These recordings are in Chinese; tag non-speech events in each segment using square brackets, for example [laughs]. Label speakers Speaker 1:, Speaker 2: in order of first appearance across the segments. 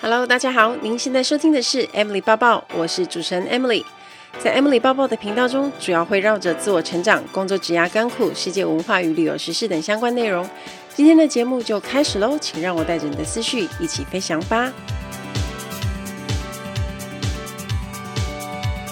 Speaker 1: Hello，大家好，您现在收听的是 Emily 抱抱，我是主持人 Emily。在 Emily 抱抱的频道中，主要会绕着自我成长、工作、职涯、甘苦、世界文化与旅游实事等相关内容。今天的节目就开始喽，请让我带着你的思绪一起飞翔吧。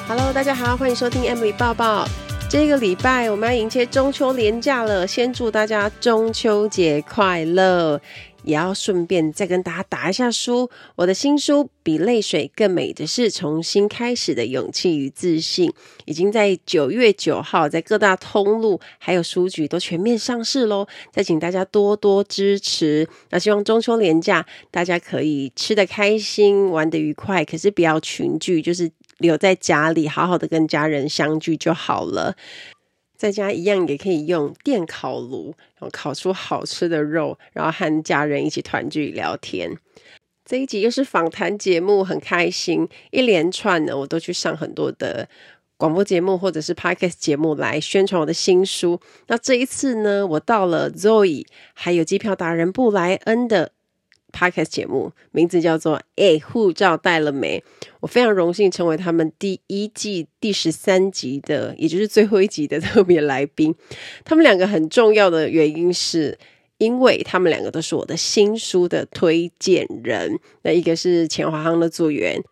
Speaker 1: Hello，大家好，欢迎收听 Emily 抱抱。这个礼拜我们要迎接中秋连假了，先祝大家中秋节快乐，也要顺便再跟大家打一下书。我的新书《比泪水更美的是重新开始的勇气与自信》，已经在九月九号在各大通路还有书局都全面上市喽，再请大家多多支持。那希望中秋连假大家可以吃得开心，玩得愉快，可是不要群聚，就是留在家里，好好的跟家人相聚就好了。在家一样也可以用电烤炉，然后烤出好吃的肉，然后和家人一起团聚聊天。这一集又是访谈节目，很开心。一连串呢，我都去上很多的广播节目或者是 podcast 节目来宣传我的新书。那这一次呢，我到了 Zoe 还有机票达人布莱恩的 podcast 节目，名字叫做《哎、护照带了没》。我非常荣幸成为他们第一季第十三集的，也就是最后一集的特别来宾。他们两个很重要的原因是。因为他们两个都是我的新书的推荐人，那一个是前华航的组员，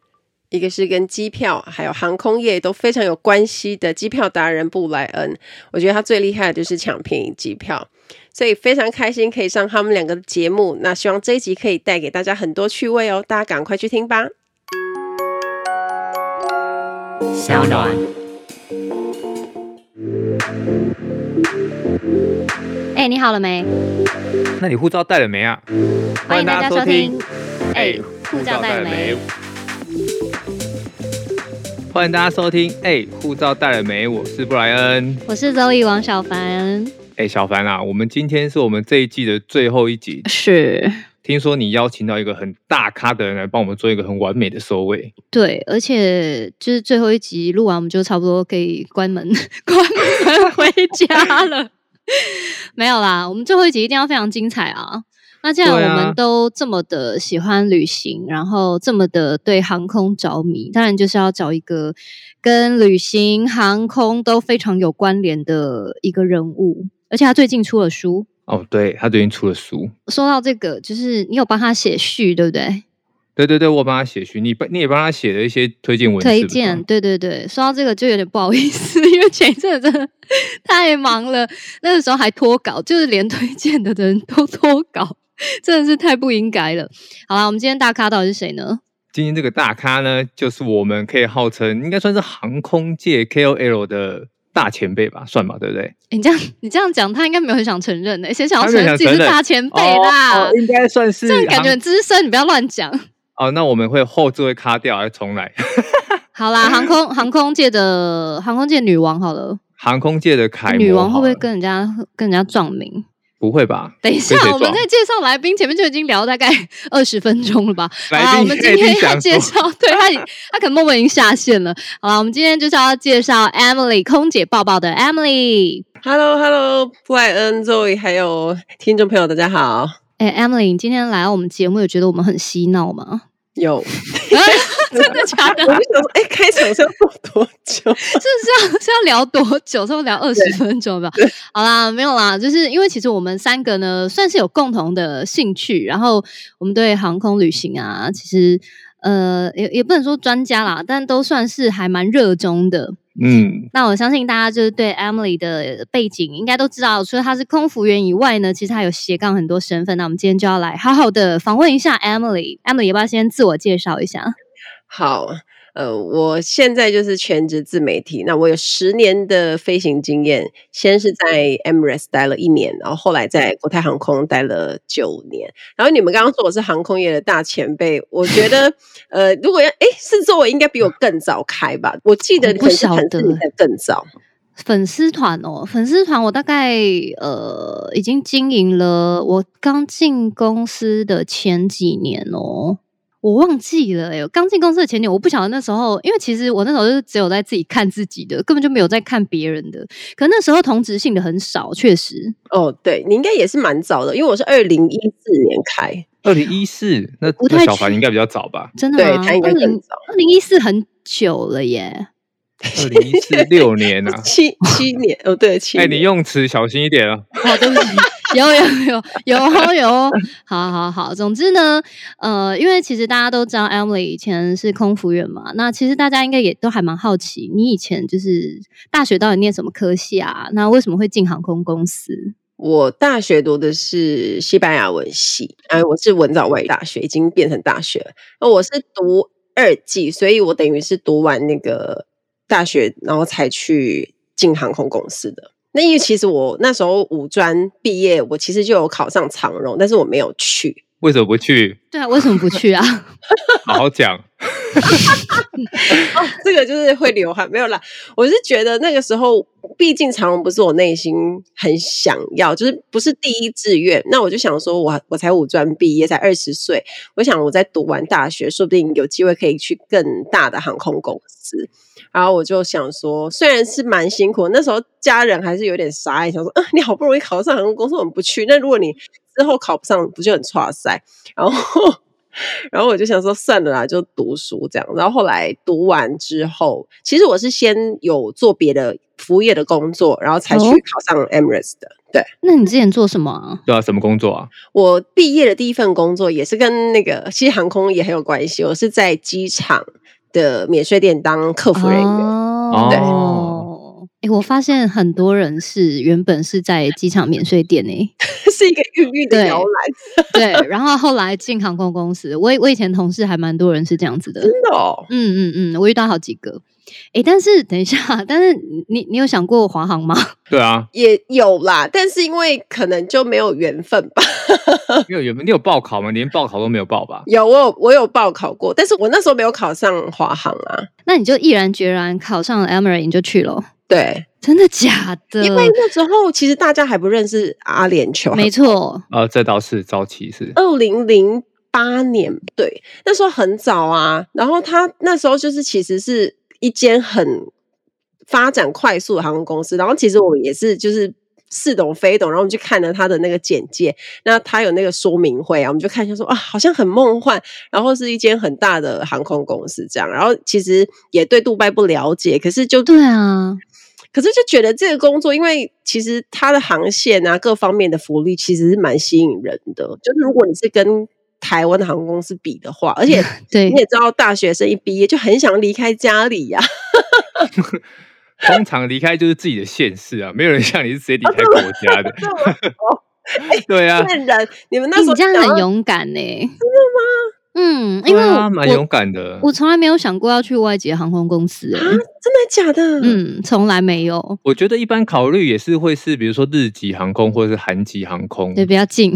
Speaker 1: 一个是跟机票还有航空业都非常有关系的机票达人布莱恩。我觉得他最厉害的就是抢便宜机票，所以非常开心可以上他们两个的节目。那希望这一集可以带给大家很多趣味哦，大家赶快去听吧。
Speaker 2: 小暖。
Speaker 3: 哎、你好了没？
Speaker 2: 那你护照带了没啊？
Speaker 3: 欢迎大家收听。哎、
Speaker 2: 哎
Speaker 3: 护照带了没？？
Speaker 2: 欢迎大家收听。哎，护照带了没？我是布莱恩。
Speaker 3: 我是周易王小凡。
Speaker 2: 哎，小凡啊，我们今天是我们这一季的最后一集。
Speaker 3: 是，
Speaker 2: 听说你邀请到一个很大咖的人来帮我们做一个很完美的收尾。
Speaker 3: 对，而且就是最后一集录完，我们就差不多可以关门， [laughs] 关门回家了。 [laughs] 没有啦，我们最后一集一定要非常精彩啊！那既然
Speaker 2: 对啊
Speaker 3: 我们都这么的喜欢旅行，然后这么的对航空着迷，当然就是要找一个跟旅行、航空都非常有关联的一个人物。而且他最近出了书，
Speaker 2: 哦，对，他最近出了书。
Speaker 3: 说到这个，就是你有帮他写序，对不对？
Speaker 2: 对对对，我帮他写序，你帮你也帮他写了一些推荐文，
Speaker 3: 推
Speaker 2: 是不是啊
Speaker 3: 荐，对对对。说到这个就有点不好意思，因为前一阵子真的太忙了， [laughs] 那个时候还脱稿，就是连推荐的人都脱稿， [laughs] 真的是太不应该了。好啦，我们今天大咖到底是谁呢？
Speaker 2: 今天这个大咖呢，就是我们可以号称应该算是航空界 KOL 的大前辈吧，算吧，对不对？
Speaker 3: 诶你这样你这样讲，他应该没有很想承认的、谁想要
Speaker 2: 他
Speaker 3: 承
Speaker 2: 没有
Speaker 3: 认
Speaker 2: 想
Speaker 3: 自己是
Speaker 2: 承认
Speaker 3: 大前辈啦？
Speaker 2: 哦哦应该算是
Speaker 3: 这样感觉
Speaker 2: 航
Speaker 3: 很资深，你不要乱讲。
Speaker 2: 哦。那我们会后置会卡掉，再重来。
Speaker 3: 好
Speaker 2: [laughs]
Speaker 3: 啦，航空航空界的航空界女王好了，
Speaker 2: 航空界的楷模，
Speaker 3: 女王会不
Speaker 2: 好
Speaker 3: 会
Speaker 2: 了
Speaker 3: 跟人家跟人家撞名？
Speaker 2: 不会吧？
Speaker 3: 等一下
Speaker 2: 被谁，
Speaker 3: 我们
Speaker 2: 撞
Speaker 3: 在介绍来宾前面就已经聊大概 [laughs] 二十分钟了吧？好
Speaker 2: 来
Speaker 3: 啦，
Speaker 2: 宾
Speaker 3: 我们今
Speaker 2: 一定
Speaker 3: 天要
Speaker 2: 想
Speaker 3: 介
Speaker 2: 说
Speaker 3: 绍，对他已，他可能默默已经下线了。好啦，我们今天就是要介绍 Emily 空姐抱抱的 Emily。
Speaker 1: Hello，Hello，布莱恩、Zoe 还有听众朋友，大家好。
Speaker 3: 哎、e m i l y 你今天来我们节目，有觉得我们很嬉闹
Speaker 2: [laughs]
Speaker 3: 吗？ [laughs]
Speaker 1: 有，
Speaker 3: 真的假的？
Speaker 1: [laughs] 我就想说，哎、开场是要做多久？ [laughs]
Speaker 3: 是是要 [laughs] 是要聊多久？差不多聊二十分钟吧。好啦，没有啦，就是因为其实我们三个呢，算是有共同的兴趣，然后我们对航空旅行啊，其实呃也也不能说专家啦，但都算是还蛮热衷的。
Speaker 2: 嗯，
Speaker 3: 那我相信大家就是对 Emily 的背景应该都知道，除了她是空服员以外呢，其实她有斜杠很多身份。那我们今天就要来好好的访问一下 Emily。Emily 要不要先自我介绍一下？
Speaker 1: 好，呃，我现在就是全职自媒体。那我有十年的飞行经验，先是在 Emirates 待了一年，然后后来在国泰航空待了九年。然后你们刚刚说我是航空业的大前辈，我觉得，呃，如果要，哎，是作为应该比我更早开吧？我记得
Speaker 3: 我
Speaker 1: 你
Speaker 3: 哦不
Speaker 1: 可能是
Speaker 3: 晓
Speaker 1: 谈
Speaker 3: 得
Speaker 1: 自己在更早，
Speaker 3: 粉丝团哦，粉丝团我大概呃已经经营了，我刚进公司的前几年哦，我忘记了诶，我刚进公司的前年，我不晓得那时候，因为其实我那时候就是只有在自己看自己的，根本就没有在看别人的。可那时候同质性的很少，确实，
Speaker 1: 哦，对你应该也是蛮早的，因为我是二零一四年开，
Speaker 2: 二零一四，那
Speaker 3: [laughs] 不
Speaker 2: 那
Speaker 3: 太
Speaker 2: 小凡
Speaker 3: 确
Speaker 2: 应该比较早
Speaker 3: [laughs]
Speaker 2: 吧？
Speaker 3: 真的
Speaker 1: 对
Speaker 3: 吗？
Speaker 1: 他应该
Speaker 3: 啊二
Speaker 1: 更
Speaker 3: 零
Speaker 1: 早
Speaker 3: 二零一四很久了耶，
Speaker 2: 二零一四六年啊，
Speaker 1: 七七年哦，对，七
Speaker 2: 哎，
Speaker 1: 年。
Speaker 2: 你用词小心一点啊。
Speaker 3: 哦，对不起，有有有有有，好好好。总之呢，呃，因为其实大家都知道 Emily 以前是空服员嘛，那其实大家应该也都还蛮好奇，你以前就是大学到底念什么科系啊？那为什么会进航空公司？
Speaker 1: 我大学读的是西班牙文系，哎，我是文藻外语大学，已经变成大学了。那我是读二技，所以我等于是读完那个大学，然后才去进航空公司的。那因为其实我那时候五专毕业，我其实就有考上长荣，但是我没有去。 [laughs]
Speaker 2: 为什么不去？
Speaker 3: 对啊，为什么不去啊？
Speaker 2: 好好讲。 [laughs]
Speaker 1: 哦，这个就是会流汗，没有啦。我是觉得那个时候，毕竟长荣不是我内心很想要，就是不是第一志愿。那我就想说我，我才五专毕业，才二十岁，我想我在读完大学，说不定有机会可以去更大的航空公司。然后我就想说，虽然是蛮辛苦，那时候家人还是有点傻眼，想说，啊，你好不容易考上航空公司，我们不去。那如果你之后考不上，不就很挫塞？然后 [laughs] 然后我就想说算了啦，就读书这样。然后后来读完之后，其实我是先有做别的服务业的工作，然后才去
Speaker 3: 哦
Speaker 1: 考上 Emirates 的。对
Speaker 3: 那你之前做什么啊？
Speaker 2: 对啊，什么工作啊？
Speaker 1: 我毕业的第一份工作也是跟那个其实航空也很有关系，我是在机场的免税店当客服人员。
Speaker 2: 对
Speaker 3: 哦，哎、我发现很多人是原本是在机场免税店诶、
Speaker 1: [laughs] 是一个孕育的
Speaker 3: 对
Speaker 1: 摇篮，
Speaker 3: 对，然后后来进航空公司，我以我以前同事还蛮多人是这样子的，
Speaker 1: 真的哦。
Speaker 3: 嗯嗯嗯，我遇到好几个。诶，但是等一下，但是你你有想过华航吗？ [laughs]
Speaker 2: 对啊，
Speaker 1: 也有啦，但是因为可能就没有缘分吧。 [laughs]
Speaker 2: 你有有你有报考吗？连报考都没有报吧？
Speaker 1: 有我有我有报考过，但是我那时候没有考上华航啊。
Speaker 3: 那你就毅然决然考上了 Emory，你就去了哦？
Speaker 1: 对，
Speaker 3: 真的假的？
Speaker 1: 因为那时候其实大家还不认识阿联酋，
Speaker 3: 没错，
Speaker 2: 啊，这倒是早期是
Speaker 1: 二零零八年，对，那时候很早啊。然后他那时候就是其实是一间很发展快速的航空公司，然后其实我们也是就是。似懂非懂，然后我们去看了他的那个简介，那他有那个说明会啊，我们就看一下说啊，好像很梦幻，然后是一间很大的航空公司这样，然后其实也对杜拜不了解，可是就
Speaker 3: 对啊，
Speaker 1: 可是就觉得这个工作，因为其实它的航线啊，各方面的福利其实是蛮吸引人的。就是如果你是跟台湾的航空公司比的话，而且
Speaker 3: [laughs] 对
Speaker 1: 你，也知道，大学生一毕业就很想离开家里
Speaker 3: [laughs]
Speaker 1: 呀、
Speaker 2: 通常离开就是自己的县市啊，没有人像你是直接离开国家的。对啊，
Speaker 1: 骗人！你们那时
Speaker 3: 你
Speaker 1: 候啊
Speaker 3: 这样
Speaker 1: 想要
Speaker 3: 很勇敢呢、真的吗？嗯，因为
Speaker 2: 对
Speaker 3: 我、
Speaker 2: 啊，蛮勇敢的
Speaker 3: 我，。我从来没有想过要去外籍航空公司、欸，
Speaker 1: 真的假的？
Speaker 3: 嗯，从来没有，
Speaker 2: 我觉得一般考虑也是会是，比如说日籍航空或者是韩籍航空，
Speaker 3: 对，比较近，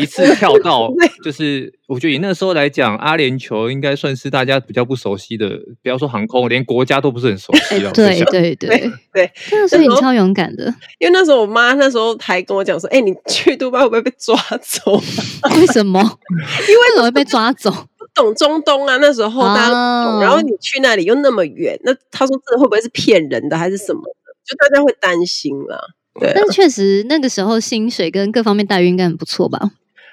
Speaker 2: 一次跳到就是，我觉得以那时候来讲，阿联酋应该算是大家比较不熟悉的，不要说航空，连国家都不是哦很熟悉啊了。我
Speaker 3: 哎
Speaker 2: 在
Speaker 3: [laughs] 对
Speaker 2: 想
Speaker 3: 对对
Speaker 1: 对，
Speaker 3: 真的，所以你超勇敢的，
Speaker 1: 因为那时候我妈那时候还跟我讲说：“哎、你去杜拜会不会被抓走？ [laughs]
Speaker 3: 为什么？因为我会被抓走。
Speaker 1: 不懂中东啊，那时候大家都不懂。
Speaker 3: 哦
Speaker 1: 然后你去那里又那么远，那她说这会不会是骗人的还是什么的？就大家会担心啦。”对啊，
Speaker 3: 但确实那个时候薪水跟各方面待遇应该很不错吧？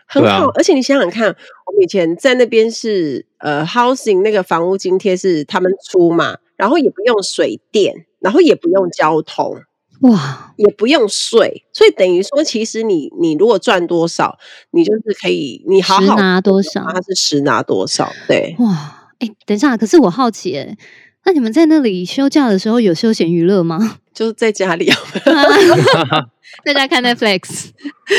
Speaker 1: 很
Speaker 2: 对啊
Speaker 1: 好，而且你想想看，我们以前在那边是呃 housing 那个房屋津贴是他们出嘛，然后也不用水电，然后也不用交通，
Speaker 3: 哇，
Speaker 1: 也不用税，所以等于说，其实你你如果赚多少，你就是可以你好
Speaker 3: 实
Speaker 1: 好
Speaker 3: 拿多少
Speaker 1: 它是实拿多少，对。
Speaker 3: [laughs] 哇，哎、等一下，可是我好奇、欸，那你们在那里休假的时候有休闲娱乐吗？ [laughs]
Speaker 1: 就是在家里
Speaker 3: 大家看 Netflix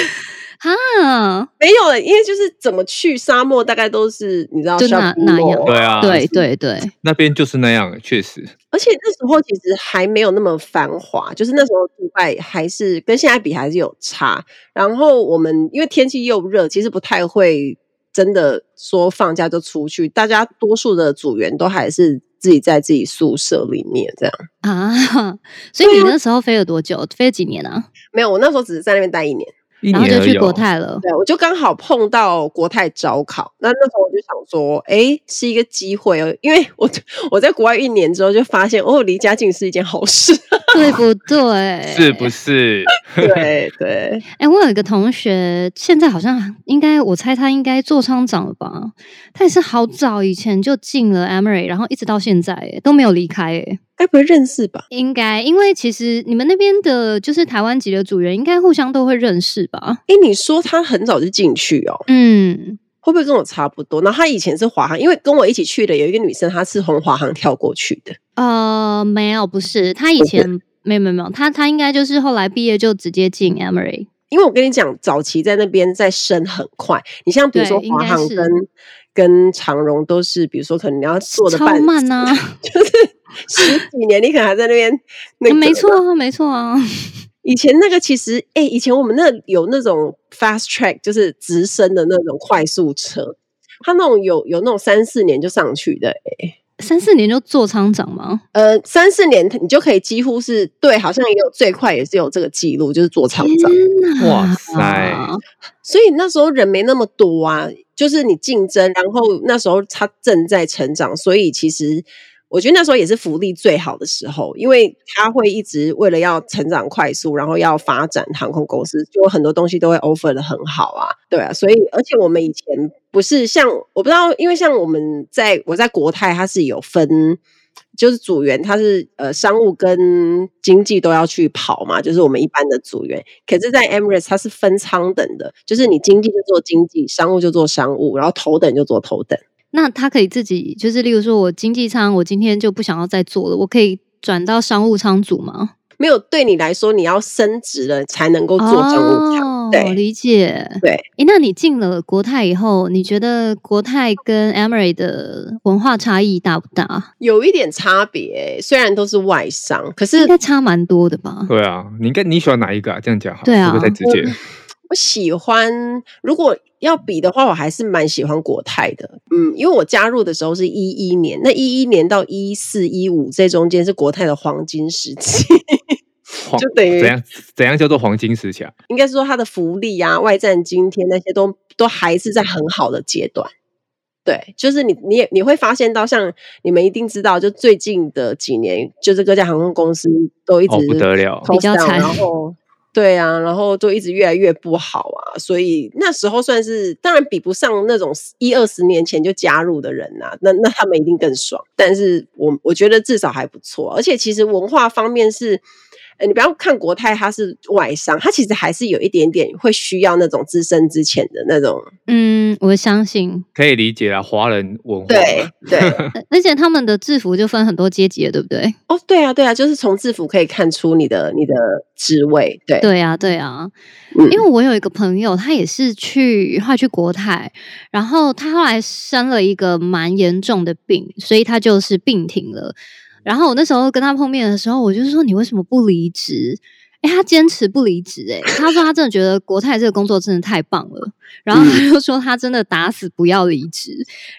Speaker 3: [laughs] 啊？
Speaker 1: [laughs] 没有了，因为就是怎么去沙漠，大概都是你知道
Speaker 3: 就
Speaker 1: 像
Speaker 3: 那那样
Speaker 2: 对啊，
Speaker 3: 对对对，
Speaker 2: 那边就是那样，确实。
Speaker 1: 而且那时候其实还没有那么繁华，就是那时候杜拜还是跟现在比还是有差。然后我们因为天气又热，其实不太会真的说放假就出去，大家多数的组员都还是自己在自己宿舍里面这样。
Speaker 3: 啊，所以你那时候飞了多久？飞了几年啊？
Speaker 1: 没有，我那时候只是在那边待一年，
Speaker 2: 一
Speaker 3: 然后
Speaker 2: 年
Speaker 3: 就
Speaker 2: 而已
Speaker 3: 去
Speaker 2: 哦
Speaker 3: 国泰了。
Speaker 1: 对我就刚好碰到国泰招考，那那时候我就想说，哎，是一个机会哦，因为我我在国外一年之后就发现，哦，离家近是一件好事。 [laughs]
Speaker 3: 对不对？
Speaker 2: [laughs] 是不是？
Speaker 1: 对对，
Speaker 3: 哎、我有一个同学，现在好像应该，我猜他应该做厂长了吧？他也是好早以前就进了 Emory，然后一直到现在哎都没有离开哎。
Speaker 1: 该不会认识吧？
Speaker 3: 应该，因为其实你们那边的，就是台湾籍的组员，应该互相都会认识吧？
Speaker 1: 哎，你说他很早就进去哦，
Speaker 3: 嗯，
Speaker 1: 会不会跟我差不多？然后他以前是华航，因为跟我一起去的有一个女生，她是从华航跳过去的。
Speaker 3: 呃，没有，不是，他以前没有没有没有，他他应该就是后来毕业就直接进 Emory。
Speaker 1: 因为我跟你讲，早期在那边在升很快，你像比如说
Speaker 3: 对应
Speaker 1: 华
Speaker 3: 该
Speaker 1: 航
Speaker 3: 是
Speaker 1: 跟跟长荣都是，比如说可能你要做的
Speaker 3: 超
Speaker 1: 半
Speaker 3: 慢啊呐、
Speaker 1: 就是十几年，你可能还在那
Speaker 3: [laughs]
Speaker 1: 边。那个、
Speaker 3: 没，错啊，没错啊，
Speaker 1: 以前那个其实，哎、以前我们那有那种 fast track，就是直升的那种快速车，它那种有有那种三四年就上去的、诶
Speaker 3: 三四年就做厂长吗？
Speaker 1: 呃，三四年你就可以几乎是对，好像也有最快也是有这个记录，就是做厂长。
Speaker 3: 天哪！
Speaker 2: 哇塞，
Speaker 3: 啊
Speaker 1: 所以那时候人没那么多啊，就是你竞争，然后那时候他正在成长，所以其实我觉得那时候也是福利最好的时候，因为他会一直为了要成长快速，然后要发展航空公司，就很多东西都会 offer 的很好啊，对啊，所以而且我们以前不是像我不知道，因为像我们在我在国泰，它是有分。就是组员，他是呃商务跟经济都要去跑嘛，就是我们一般的组员。可是，在 Emirates 它是分舱等的，就是你经济就做经济，商务就做商务，然后头等就做头等。
Speaker 3: 那他可以自己，就是例如说，我经济舱我今天就不想要再做了，我可以转到商务舱组吗？
Speaker 1: 没有对你来说，你要升职了才能够做商务舱。
Speaker 3: 哦
Speaker 1: 对
Speaker 3: 理解。
Speaker 1: 对
Speaker 3: 诶，那你进了国泰以后，你觉得国泰跟 Emery 的文化差异大不大？
Speaker 1: 有一点差别、欸虽然都是外商，可是
Speaker 3: 应该差蛮多的吧？
Speaker 2: [laughs] 对啊，你应该你喜欢哪一个啊？这样讲好，
Speaker 3: 对啊
Speaker 2: 会不会太直接？
Speaker 1: 我喜欢，如果要比的话，我还是蛮喜欢国泰的。嗯，因为我加入的时候是一一年，那一一年到一四一五这中间是国泰的黄金时期，
Speaker 2: 黄
Speaker 1: 就等于
Speaker 2: 怎样怎样叫做黄金时期啊？
Speaker 1: 应该是说它的福利啊、外战津贴那些都都还是在很好的阶段。对，就是你你也你会发现到，像你们一定知道，就最近的几年，就是各家航空公司都一直、
Speaker 2: 哦，不得了，
Speaker 1: cost
Speaker 3: 比较
Speaker 1: down，
Speaker 3: 惨
Speaker 1: 然后对啊，然后就一直越来越不好啊，所以那时候算是当然比不上那种一二十年前就加入的人呐、啊那那他们一定更爽。但是我我觉得至少还不错，而且其实文化方面是。呃你不要看国泰，它是外商，它其实还是有一点点会需要那种资深之前的那种，
Speaker 3: 嗯，我
Speaker 1: [laughs]
Speaker 3: 相信，
Speaker 2: 可以理解啦，华人文化。
Speaker 1: 对对，
Speaker 3: 呃而且他们的制服就分很多阶级了，对不对？
Speaker 1: [laughs] 哦对啊对啊，就是从制服可以看出你的你的职位，对，
Speaker 3: 对啊，对啊，
Speaker 1: 嗯
Speaker 3: 因为我有一个朋友，他也是去后来去国泰，然后他后来生了一个蛮严重的病，所以他就是病停了。然后我那时候跟他碰面的时候，我就说你为什么不离职？哎，他坚持不离职、诶哎，他说他真的觉得国泰这个工作真的太棒了，然后他就说他真的打死不要离职，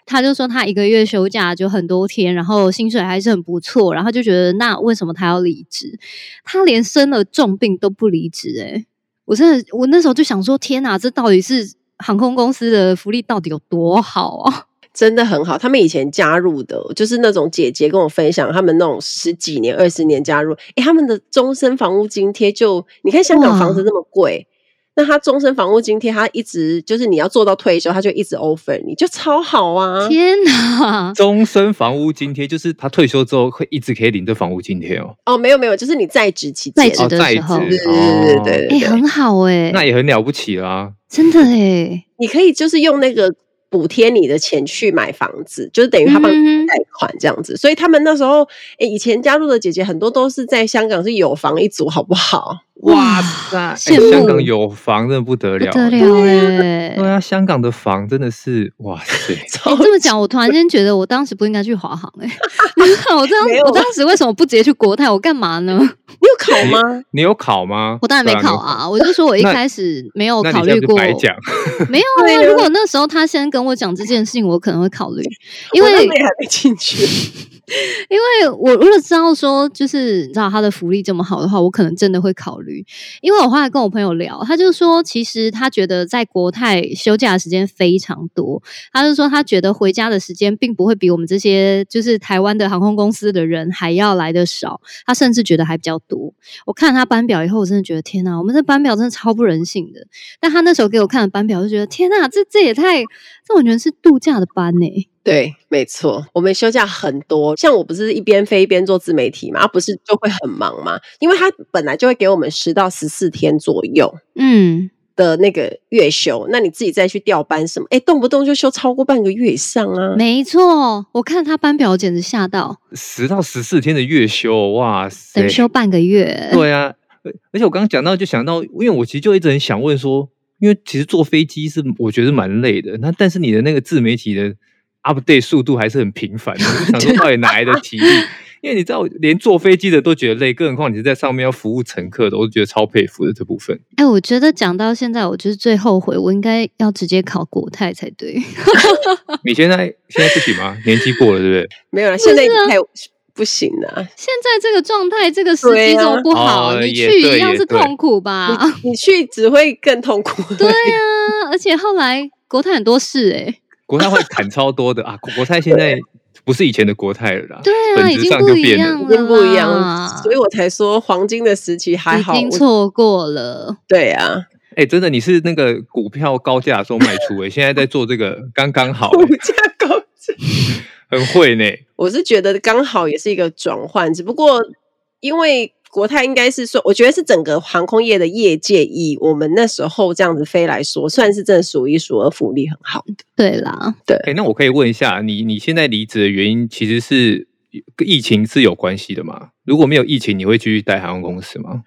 Speaker 3: 他就说他一个月休假就很多天，然后薪水还是很不错，然后就觉得那为什么他要离职？他连生了重病都不离职、欸，我真的，我那时候就想说，天哪，这到底是航空公司的福利到底有多好啊？
Speaker 1: 真的很好。他们以前加入的，就是那种姐姐跟我分享，他们那种十几年、二十年加入，诶，他们的终身房屋津贴就，你看香港
Speaker 3: 哇
Speaker 1: 房子那么贵，那他终身房屋津贴，他一直就是你要做到退休，他就一直 offer 你，就超好啊。
Speaker 3: 天哪！
Speaker 2: 终身房屋津贴就是他退休之后会一直可以领这房屋津贴哦，
Speaker 1: 哦，没有没有，就是你在职期间，
Speaker 3: 在职
Speaker 2: 哦，
Speaker 3: 的
Speaker 2: 在
Speaker 3: 时
Speaker 2: 职，
Speaker 3: 候
Speaker 2: 哦
Speaker 1: 对对对对对对
Speaker 3: 哎、
Speaker 1: 对，
Speaker 3: 很好哎、
Speaker 2: 那也很了不起啦。
Speaker 3: 真的哎、
Speaker 1: 你可以就是用那个补贴你的钱去买房子，就是等于他帮你
Speaker 3: 嗯哼
Speaker 1: 贷款这样子。所以他们那时候，诶，以前加入的姐姐很多都是在香港是有房一族，好不好？
Speaker 3: 哇
Speaker 2: 塞
Speaker 3: 羡慕
Speaker 2: 哎香港有房真的不得
Speaker 3: 不
Speaker 2: 了，
Speaker 3: 得了哎、
Speaker 2: 啊对啊，香港的房真的是哇塞， [laughs]
Speaker 1: 超
Speaker 3: 你、这么讲，我突然间觉得我当时不应该去华航哎、我当
Speaker 1: 没有
Speaker 3: 我当时为什么不直接去国泰？我干嘛呢？
Speaker 1: 你有考考 [laughs] 吗？
Speaker 2: 你有考吗？
Speaker 3: 我当然没
Speaker 2: 对
Speaker 3: 考。啊，我就说我一
Speaker 2: 那
Speaker 3: 开始没有
Speaker 2: 那
Speaker 3: 考
Speaker 2: 你这
Speaker 3: 虑
Speaker 2: 样就
Speaker 3: 过，
Speaker 2: 白讲，
Speaker 3: 没有
Speaker 1: 对
Speaker 3: 啊。
Speaker 1: 啊
Speaker 3: 如果那时候他先跟我讲这件事情，我可能会考虑，因
Speaker 1: 我那
Speaker 3: 为
Speaker 1: 时候也还没进去，
Speaker 3: 因为我如果知道说，就是你知道他的福利这么好的话，我可能真的会考虑。因为我后来跟我朋友聊，他就说，其实他觉得在国泰休假的时间非常多，他就说他觉得回家的时间并不会比我们这些就是台湾的航空公司的人还要来的少，他甚至觉得还比较多。我看他班表以后，我真的觉得天哪，我们这班表真的超不人性的。但他那时候给我看的班表，我就觉得天哪，这这也太这完全是度假的班欸呢、
Speaker 1: [laughs] 对，没错，我们休假很多，像我不是一边飞一边做自媒体嘛，啊不是就会很忙嘛，因为他本来就会给我们十到十四天左右。
Speaker 3: 嗯，
Speaker 1: 的那个月休，那你自己再去调班什么，哎，动不动就休超过半个月以上啊。
Speaker 3: 没错，我看他班表简直吓到。
Speaker 2: 十到十四天的月休，哇塞！
Speaker 3: 等休半个月。
Speaker 2: [laughs] 对啊，而而且我刚刚讲到，就想到，因为我其实就一直很想问说，因为其实坐飞机是我觉得蛮累的，那但是你的那个自媒体的 update 速度还是很频繁的，我就想说到底哪来的体力？ [laughs] 因为你知道，连坐飞机的都觉得累，更何况你是在上面要服务乘客的，我就觉得超佩服的这部分。
Speaker 3: 哎、我觉得讲到现在，我就是最后悔，我应该要直接考国泰才对。 [laughs]
Speaker 2: 你现在现在不行吗？年纪过了，对不对？
Speaker 1: 没有了，现在太不啊行了啊。
Speaker 3: 现在这个状态，这个时
Speaker 1: 对
Speaker 3: 机
Speaker 1: 啊
Speaker 3: 这么不好，
Speaker 2: 哦
Speaker 3: 你
Speaker 2: 也
Speaker 3: 去
Speaker 2: 对
Speaker 3: 一样
Speaker 2: 也
Speaker 3: 是
Speaker 2: 对
Speaker 3: 痛苦
Speaker 2: [laughs]
Speaker 3: 吧？
Speaker 1: 你去只会更痛苦。
Speaker 3: 对啊，而且后来国泰很多事哎、
Speaker 2: 国泰会砍超多的啊！国国泰现在不是以前的国泰了啦，
Speaker 3: 对啊，
Speaker 2: 本
Speaker 3: 已
Speaker 2: 质
Speaker 3: 经
Speaker 2: 上
Speaker 3: 不
Speaker 2: 就
Speaker 3: 一
Speaker 2: 变了
Speaker 1: [laughs]
Speaker 3: 样
Speaker 1: 已
Speaker 3: 了
Speaker 1: 经
Speaker 3: 啦，
Speaker 1: 不一样了，所以我才说黄金的时期还好。
Speaker 3: 已经
Speaker 1: 我
Speaker 3: 错过了。
Speaker 1: 对 [laughs] 啊，
Speaker 2: 哎、真的，你是那个股票高价的时候卖出、欸，现在在做这个刚刚好、
Speaker 1: [laughs] 股
Speaker 2: 欸
Speaker 1: 价高涨，
Speaker 2: 很会呢、
Speaker 1: 我是觉得刚好也是一个转换，只不过因为。国泰应该是说，我觉得是整个航空业的业界，以我们那时候这样子飞来说，算是真的数一数二，福利很好。
Speaker 3: 对啦，
Speaker 2: 哎、那我可以问一下，你你现在离职的原因其实是跟疫情是有关系的吗？如果没有疫情，你会继续待航空公司吗？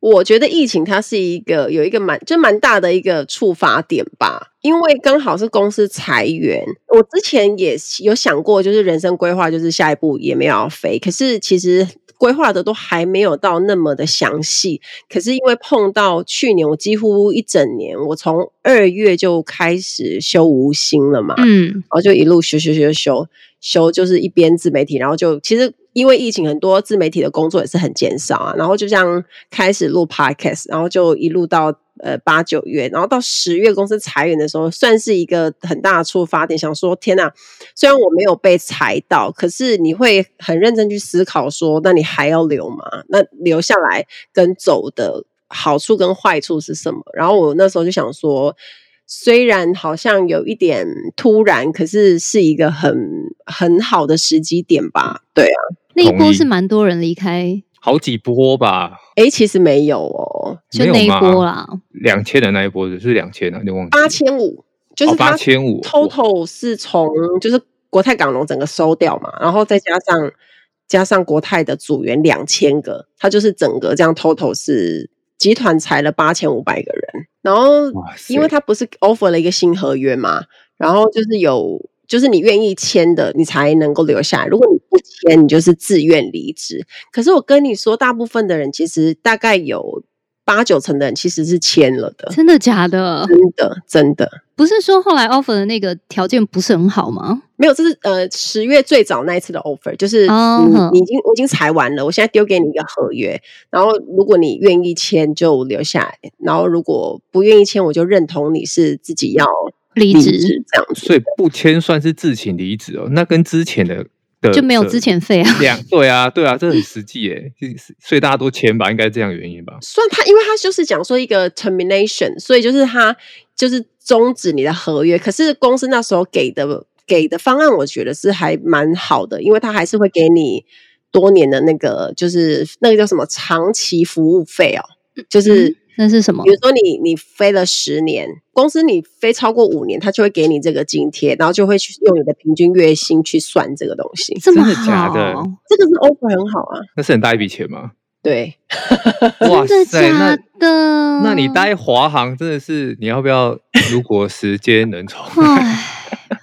Speaker 1: 我觉得疫情它是一个有一个蛮就蛮大的一个触发点吧，因为刚好是公司裁员。我之前也有想过，就是人生规划，就是下一步也没有要飞，可是其实规划的都还没有到那么的详细。可是因为碰到去年，我几乎一整年，我从二月就开始休无薪了嘛，
Speaker 3: 嗯，
Speaker 1: 然后就一路修修修修修，就是一边自媒体，然后就其实因为疫情，很多自媒体的工作也是很减少啊，然后就这样开始录 podcast，然后就一路到呃八九月，然后到十月公司裁员的时候，算是一个很大的触发点，想说天呐，虽然我没有被裁到，可是你会很认真去思考说，那你还要留吗？那留下来跟走的好处跟坏处是什么？然后我那时候就想说，虽然好像有一点突然，可是是一个很很好的时机点吧？对啊，
Speaker 3: 那一
Speaker 2: 同
Speaker 3: 波
Speaker 2: 意
Speaker 3: 是蛮多人离开，
Speaker 2: 好几波吧，
Speaker 1: 诶，其实没有哦，
Speaker 3: 就
Speaker 2: 没
Speaker 3: 那一
Speaker 2: 有吗
Speaker 3: 波啦。
Speaker 2: 两千的那一波就是两千啊，你忘记
Speaker 1: 八千五，就是
Speaker 2: 哦
Speaker 1: 它
Speaker 2: 八千五
Speaker 1: total 是从就是国泰港龙整个收掉嘛，然后再加上加上国泰的组员两千个，它就是整个这样 total 是集团裁了八千五百个人，然后
Speaker 2: 哇塞
Speaker 1: 因为它不是 offer 了一个新合约嘛，然后就是有。就是你愿意签的，你才能够留下来。如果你不签，你就是自愿离职。可是我跟你说，大部分的人其实大概有八九成的人其实是签了的，
Speaker 3: 真的假
Speaker 2: [laughs]
Speaker 3: 的？
Speaker 1: 真的真的。
Speaker 3: 不是说后来 offer 的那个条件不是很好吗？
Speaker 1: 没有，这是呃十月最早那一次的 offer，就是你、
Speaker 3: 哦哼
Speaker 1: 你已经我已经裁完了，我现在丢给你一个合约，然后如果你愿意签就留下来，然后如果不愿意签，我就认同你是自己要
Speaker 3: 离
Speaker 1: 离
Speaker 3: 职
Speaker 1: 职这样子。
Speaker 2: 所以不签算是自请离职哦，那跟之前的的
Speaker 3: 就没有
Speaker 2: 的
Speaker 3: 之前费啊。
Speaker 2: 两对啊对啊，这很实际耶，是所以大家都签吧，应该这样原因吧？
Speaker 1: 算他，因为他就是讲说一个 termination，所以就是他就是终止你的合约。可是公司那时候给的给的方案，我觉得是还蛮好的，因为他还是会给你多年的那个，就是那个叫什么长期服务费哦，就是。
Speaker 3: 那是什么
Speaker 1: 比？如说你你飞了十年，公司你飞超过五年，他就会给你这个津贴，然后就会去用你的平均月薪去算这个东西。
Speaker 3: 这么
Speaker 2: 真的假
Speaker 3: 好？
Speaker 2: 的
Speaker 1: [laughs] 这个是 offer 很好啊，
Speaker 2: 那是很大一笔钱吗？
Speaker 1: 对，
Speaker 2: 哇
Speaker 3: 真的
Speaker 2: 塞，
Speaker 3: 假
Speaker 2: 那
Speaker 3: 的？ [laughs]
Speaker 2: 那你待华航真的是，你要不要？如果时间能重
Speaker 3: 唉，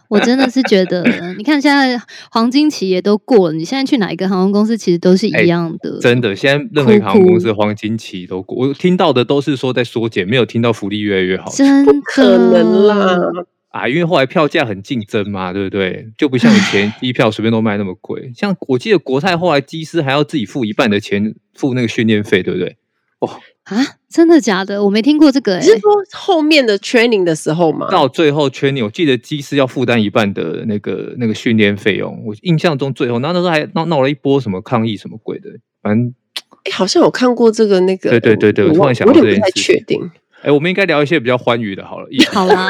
Speaker 3: 我真的是觉得，你看现在黄金期也都过了，你现在去哪一个航空公司其实都是
Speaker 2: 哎
Speaker 3: 一样的。
Speaker 2: 真的，现在任何一个航空公司的黄金期都过，我听到的都是说在缩减，没有听到福利越来越好
Speaker 3: 真的
Speaker 1: 不可能啦！
Speaker 2: 啊。因为后来票价很竞争嘛，对不对？就不像以
Speaker 3: [laughs]
Speaker 2: 前机票随便都卖那么贵。像我记得国泰后来机师还要自己付一半的钱付那个训练费，对不对？
Speaker 3: 啊！真的假的？我没听过这个哎、
Speaker 1: 你是说后面的 training 的时候
Speaker 3: 嗯
Speaker 1: 吗？
Speaker 2: 到最后圈里，我记得机师要负担一半的那个那个训练费用。我印象中最后，那那时候还闹闹了一波什么抗议什么鬼的，反正
Speaker 1: 诶哎好像有看过这个那个。
Speaker 2: 对对对对
Speaker 1: 我
Speaker 2: 我突然
Speaker 1: 忘
Speaker 2: 想
Speaker 1: 我
Speaker 2: 到
Speaker 1: 有点
Speaker 2: 这
Speaker 1: 不
Speaker 2: 件
Speaker 1: 太
Speaker 2: 事
Speaker 1: 确定。
Speaker 2: 哎、我们应该聊一些比较欢愉
Speaker 3: [laughs]
Speaker 2: 的，好了，一
Speaker 3: 好
Speaker 2: [laughs]
Speaker 3: 啦，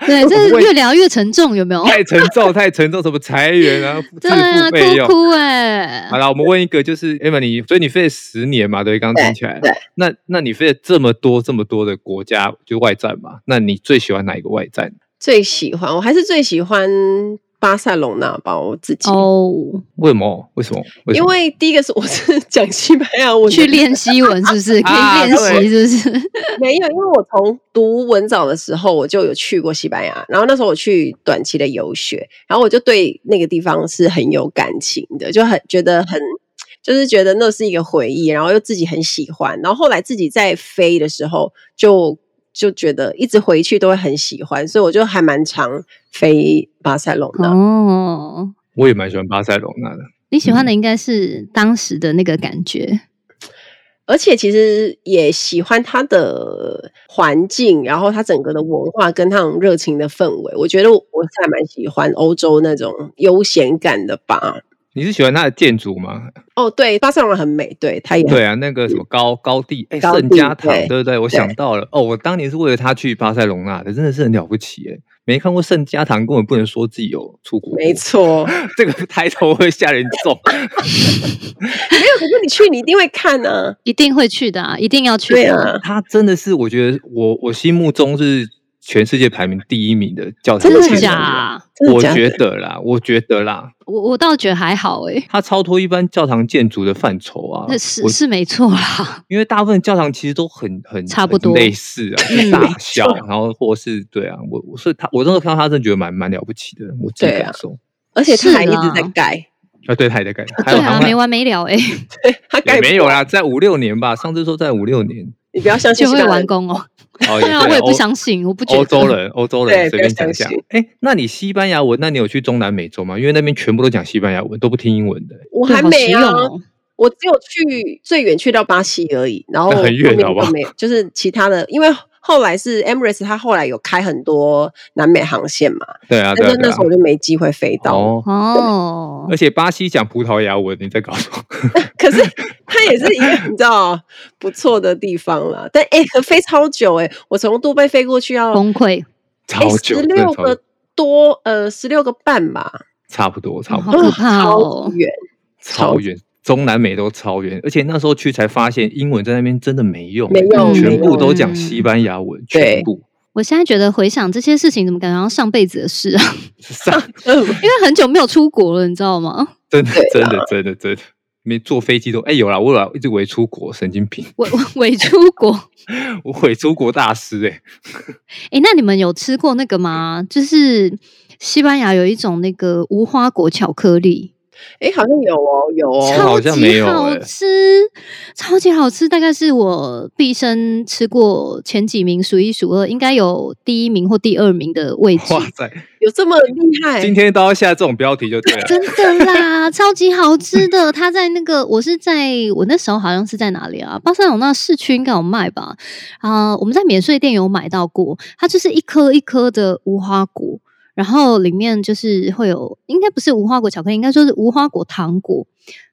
Speaker 3: 对，这是越聊越沉重，有没有？
Speaker 2: 太沉重，太沉重，什么裁员啊，自
Speaker 3: 对啊，
Speaker 2: 付费
Speaker 3: 哭
Speaker 2: 用。
Speaker 3: 哭哎、
Speaker 2: 好了，我们问一个，就是 Emily，所以你飞了十年嘛？对，刚刚听起来，
Speaker 1: 对
Speaker 2: 那那你飞了这么多这么多的国家，就外战嘛？那你最喜欢哪一个外战？
Speaker 1: 最喜欢，我还是最喜欢巴塞隆纳吧，我自己。
Speaker 3: 哦，
Speaker 2: 为什么？为什么？为什
Speaker 1: 因
Speaker 2: 么
Speaker 1: 为第一个是我是 [laughs] 讲西班牙文的，
Speaker 3: 去练西文是不是？可以练习是不是？
Speaker 1: [laughs] 没有，因为我从读文藻的时候我就有去过西班牙，然后那时候我去短期的游学，然后我就对那个地方是很有感情的，就很觉得很。就是觉得那是一个回忆，然后又自己很喜欢，然后后来自己在飞的时候就就觉得一直回去都会很喜欢，所以我就还蛮常飞巴塞隆纳。
Speaker 3: 哦，
Speaker 2: 我也蛮喜欢巴塞隆纳的。
Speaker 3: 你喜欢的应该是当时的那个感觉。
Speaker 1: 而且其实也喜欢它的环境，然后它整个的文化跟它那种热情的氛围，我觉得我我是还蛮喜欢欧洲那种悠闲感的吧。
Speaker 2: 你是喜欢它的建筑吗？
Speaker 1: 哦，对，巴塞罗那很美，对，它也很
Speaker 2: 对啊，那个什么高高地，哎，
Speaker 1: 高地
Speaker 2: 圣家堂，
Speaker 1: 对
Speaker 2: 对不对？我想到了，哦，我当年是为了他去巴塞隆纳的，真的是很了不起哎！没看过圣家堂，根本不能说自己有出国过。
Speaker 1: 没错。没
Speaker 2: [laughs] 这个抬头会吓人重。
Speaker 1: 有，可是你去你一定会看啊。
Speaker 3: 一定会去的、啊，一定要去
Speaker 1: 对
Speaker 3: 的。
Speaker 1: 啊，
Speaker 2: 他真的是，我觉得我我心目中是全世界排名第一名的教堂
Speaker 3: 真
Speaker 2: 建筑。
Speaker 3: 的假？
Speaker 1: 真的
Speaker 2: 我
Speaker 1: 假
Speaker 2: 觉
Speaker 1: 的？
Speaker 2: 得啦，我觉得啦，
Speaker 3: 我我倒觉得还好诶、
Speaker 2: 它超脱一般教堂建筑的范畴啊。
Speaker 3: 那是
Speaker 2: 我
Speaker 3: 是没错啦，
Speaker 2: 因为大部分教堂其实都很很
Speaker 3: 差不
Speaker 2: 很
Speaker 3: 多
Speaker 2: 类似啊，就
Speaker 3: 嗯
Speaker 2: 大小，然后或是对啊，我我所以他我那时候看到他真的觉得蛮蛮了不起的，我自己
Speaker 1: 对啊
Speaker 2: 感受
Speaker 1: 而且它
Speaker 3: 是
Speaker 1: 还一直在
Speaker 3: 啦
Speaker 1: 改，
Speaker 2: 啊，对，他也在改，还
Speaker 3: 对
Speaker 2: 有
Speaker 3: 啊，
Speaker 2: 航
Speaker 3: 没
Speaker 2: 班
Speaker 3: 完没了诶、
Speaker 1: 对， [laughs] 它改
Speaker 2: 也
Speaker 1: 不啊
Speaker 2: 没有啊啦，在五六年吧，上次说在五六
Speaker 3: [laughs]
Speaker 2: 年，
Speaker 1: 你不要相信
Speaker 3: 就
Speaker 1: 西
Speaker 3: 会
Speaker 1: 班牙
Speaker 3: 完
Speaker 1: 人
Speaker 3: 工哦。
Speaker 2: 哦，
Speaker 3: 对啊，我也不
Speaker 2: 欧
Speaker 3: 相信，我不觉得。啊
Speaker 2: 欧洲
Speaker 1: [laughs]
Speaker 2: 人，欧洲人
Speaker 1: 对
Speaker 2: 随
Speaker 1: 不要
Speaker 2: 便讲
Speaker 1: 相
Speaker 2: 讲
Speaker 1: 信。
Speaker 2: 哎，那你西班牙文，那你有去中南美洲吗？因为那边全部都讲西班牙文，都不听英文的。
Speaker 1: 我
Speaker 3: 对
Speaker 1: 还
Speaker 3: 好
Speaker 1: 没
Speaker 3: 实
Speaker 1: 啊，
Speaker 3: 用哦
Speaker 1: 我只有去最远去到巴西而已，然后
Speaker 2: 那很远
Speaker 1: 后面
Speaker 2: 好不好
Speaker 1: 就没有，就是其他的，因为后来是 Emirates，它后来有开很多南美航线嘛，
Speaker 2: 对啊，对
Speaker 1: 但
Speaker 2: 啊，
Speaker 1: 是那
Speaker 2: 对
Speaker 1: 时候我就没机会飞
Speaker 2: 啊。
Speaker 1: 到。
Speaker 2: 哦，
Speaker 3: 哦
Speaker 2: [laughs] 而，且巴西讲葡萄牙文，你在搞什么？ [laughs]
Speaker 1: 可是它也是一个你知道不错的地方啦，但哎、可飞超久哎、我从杜拜飞过去要哎
Speaker 3: 崩溃，
Speaker 2: 超
Speaker 1: 十
Speaker 2: 久，真的
Speaker 1: 六
Speaker 2: 超久
Speaker 1: 个多呃十六个半吧，
Speaker 2: 差不多，差不多
Speaker 3: 好。可怕
Speaker 1: 超
Speaker 3: 哦。
Speaker 2: [laughs]
Speaker 1: 远。
Speaker 2: 超远，中南美都超远，而且那时候去才发现，英文在那边真的没用，欸
Speaker 1: 没用
Speaker 2: 全
Speaker 1: 没
Speaker 2: 部
Speaker 1: 用嗯
Speaker 2: 都讲西班牙文，全部
Speaker 3: 我现在觉得回想这些事情，怎么感觉好像上辈子的事啊？
Speaker 2: 上
Speaker 1: 嗯，
Speaker 3: 因为很久没有出国了，你知道吗？
Speaker 2: 真的
Speaker 1: 对啊
Speaker 2: 真的真的真的，没坐飞机都哎、有啦，我有啦一直伪出国，神经病， [laughs]
Speaker 3: [laughs] 伪伪伪出国。
Speaker 2: 我伪出国大师哎、
Speaker 3: 哎，那你们有吃过那个吗？就是西班牙有一种那个无花果巧克力，
Speaker 1: 哎、好像有哦，有哦，
Speaker 2: 超
Speaker 3: 超
Speaker 2: 好
Speaker 3: 级
Speaker 2: 像没有
Speaker 3: 好
Speaker 2: 欸
Speaker 3: 吃，超级好吃，大概是我毕生吃过前几名数一数二，应该有第一名或第二名的位置。
Speaker 2: 哇塞，
Speaker 1: 有这么厉害？
Speaker 2: 今天都要下这种标题就
Speaker 3: [laughs]
Speaker 2: 对了。
Speaker 3: 真的
Speaker 2: [laughs]
Speaker 3: 啦，超级好吃的。它在那个，我是在我那时候好像是在哪里啊？巴塞罗那市区应该有卖吧？啊、我们在免税店有买到过。它就是一颗一颗的无花果，然后里面就是会有，应该不是无花果巧克力，应该说是无花果糖果，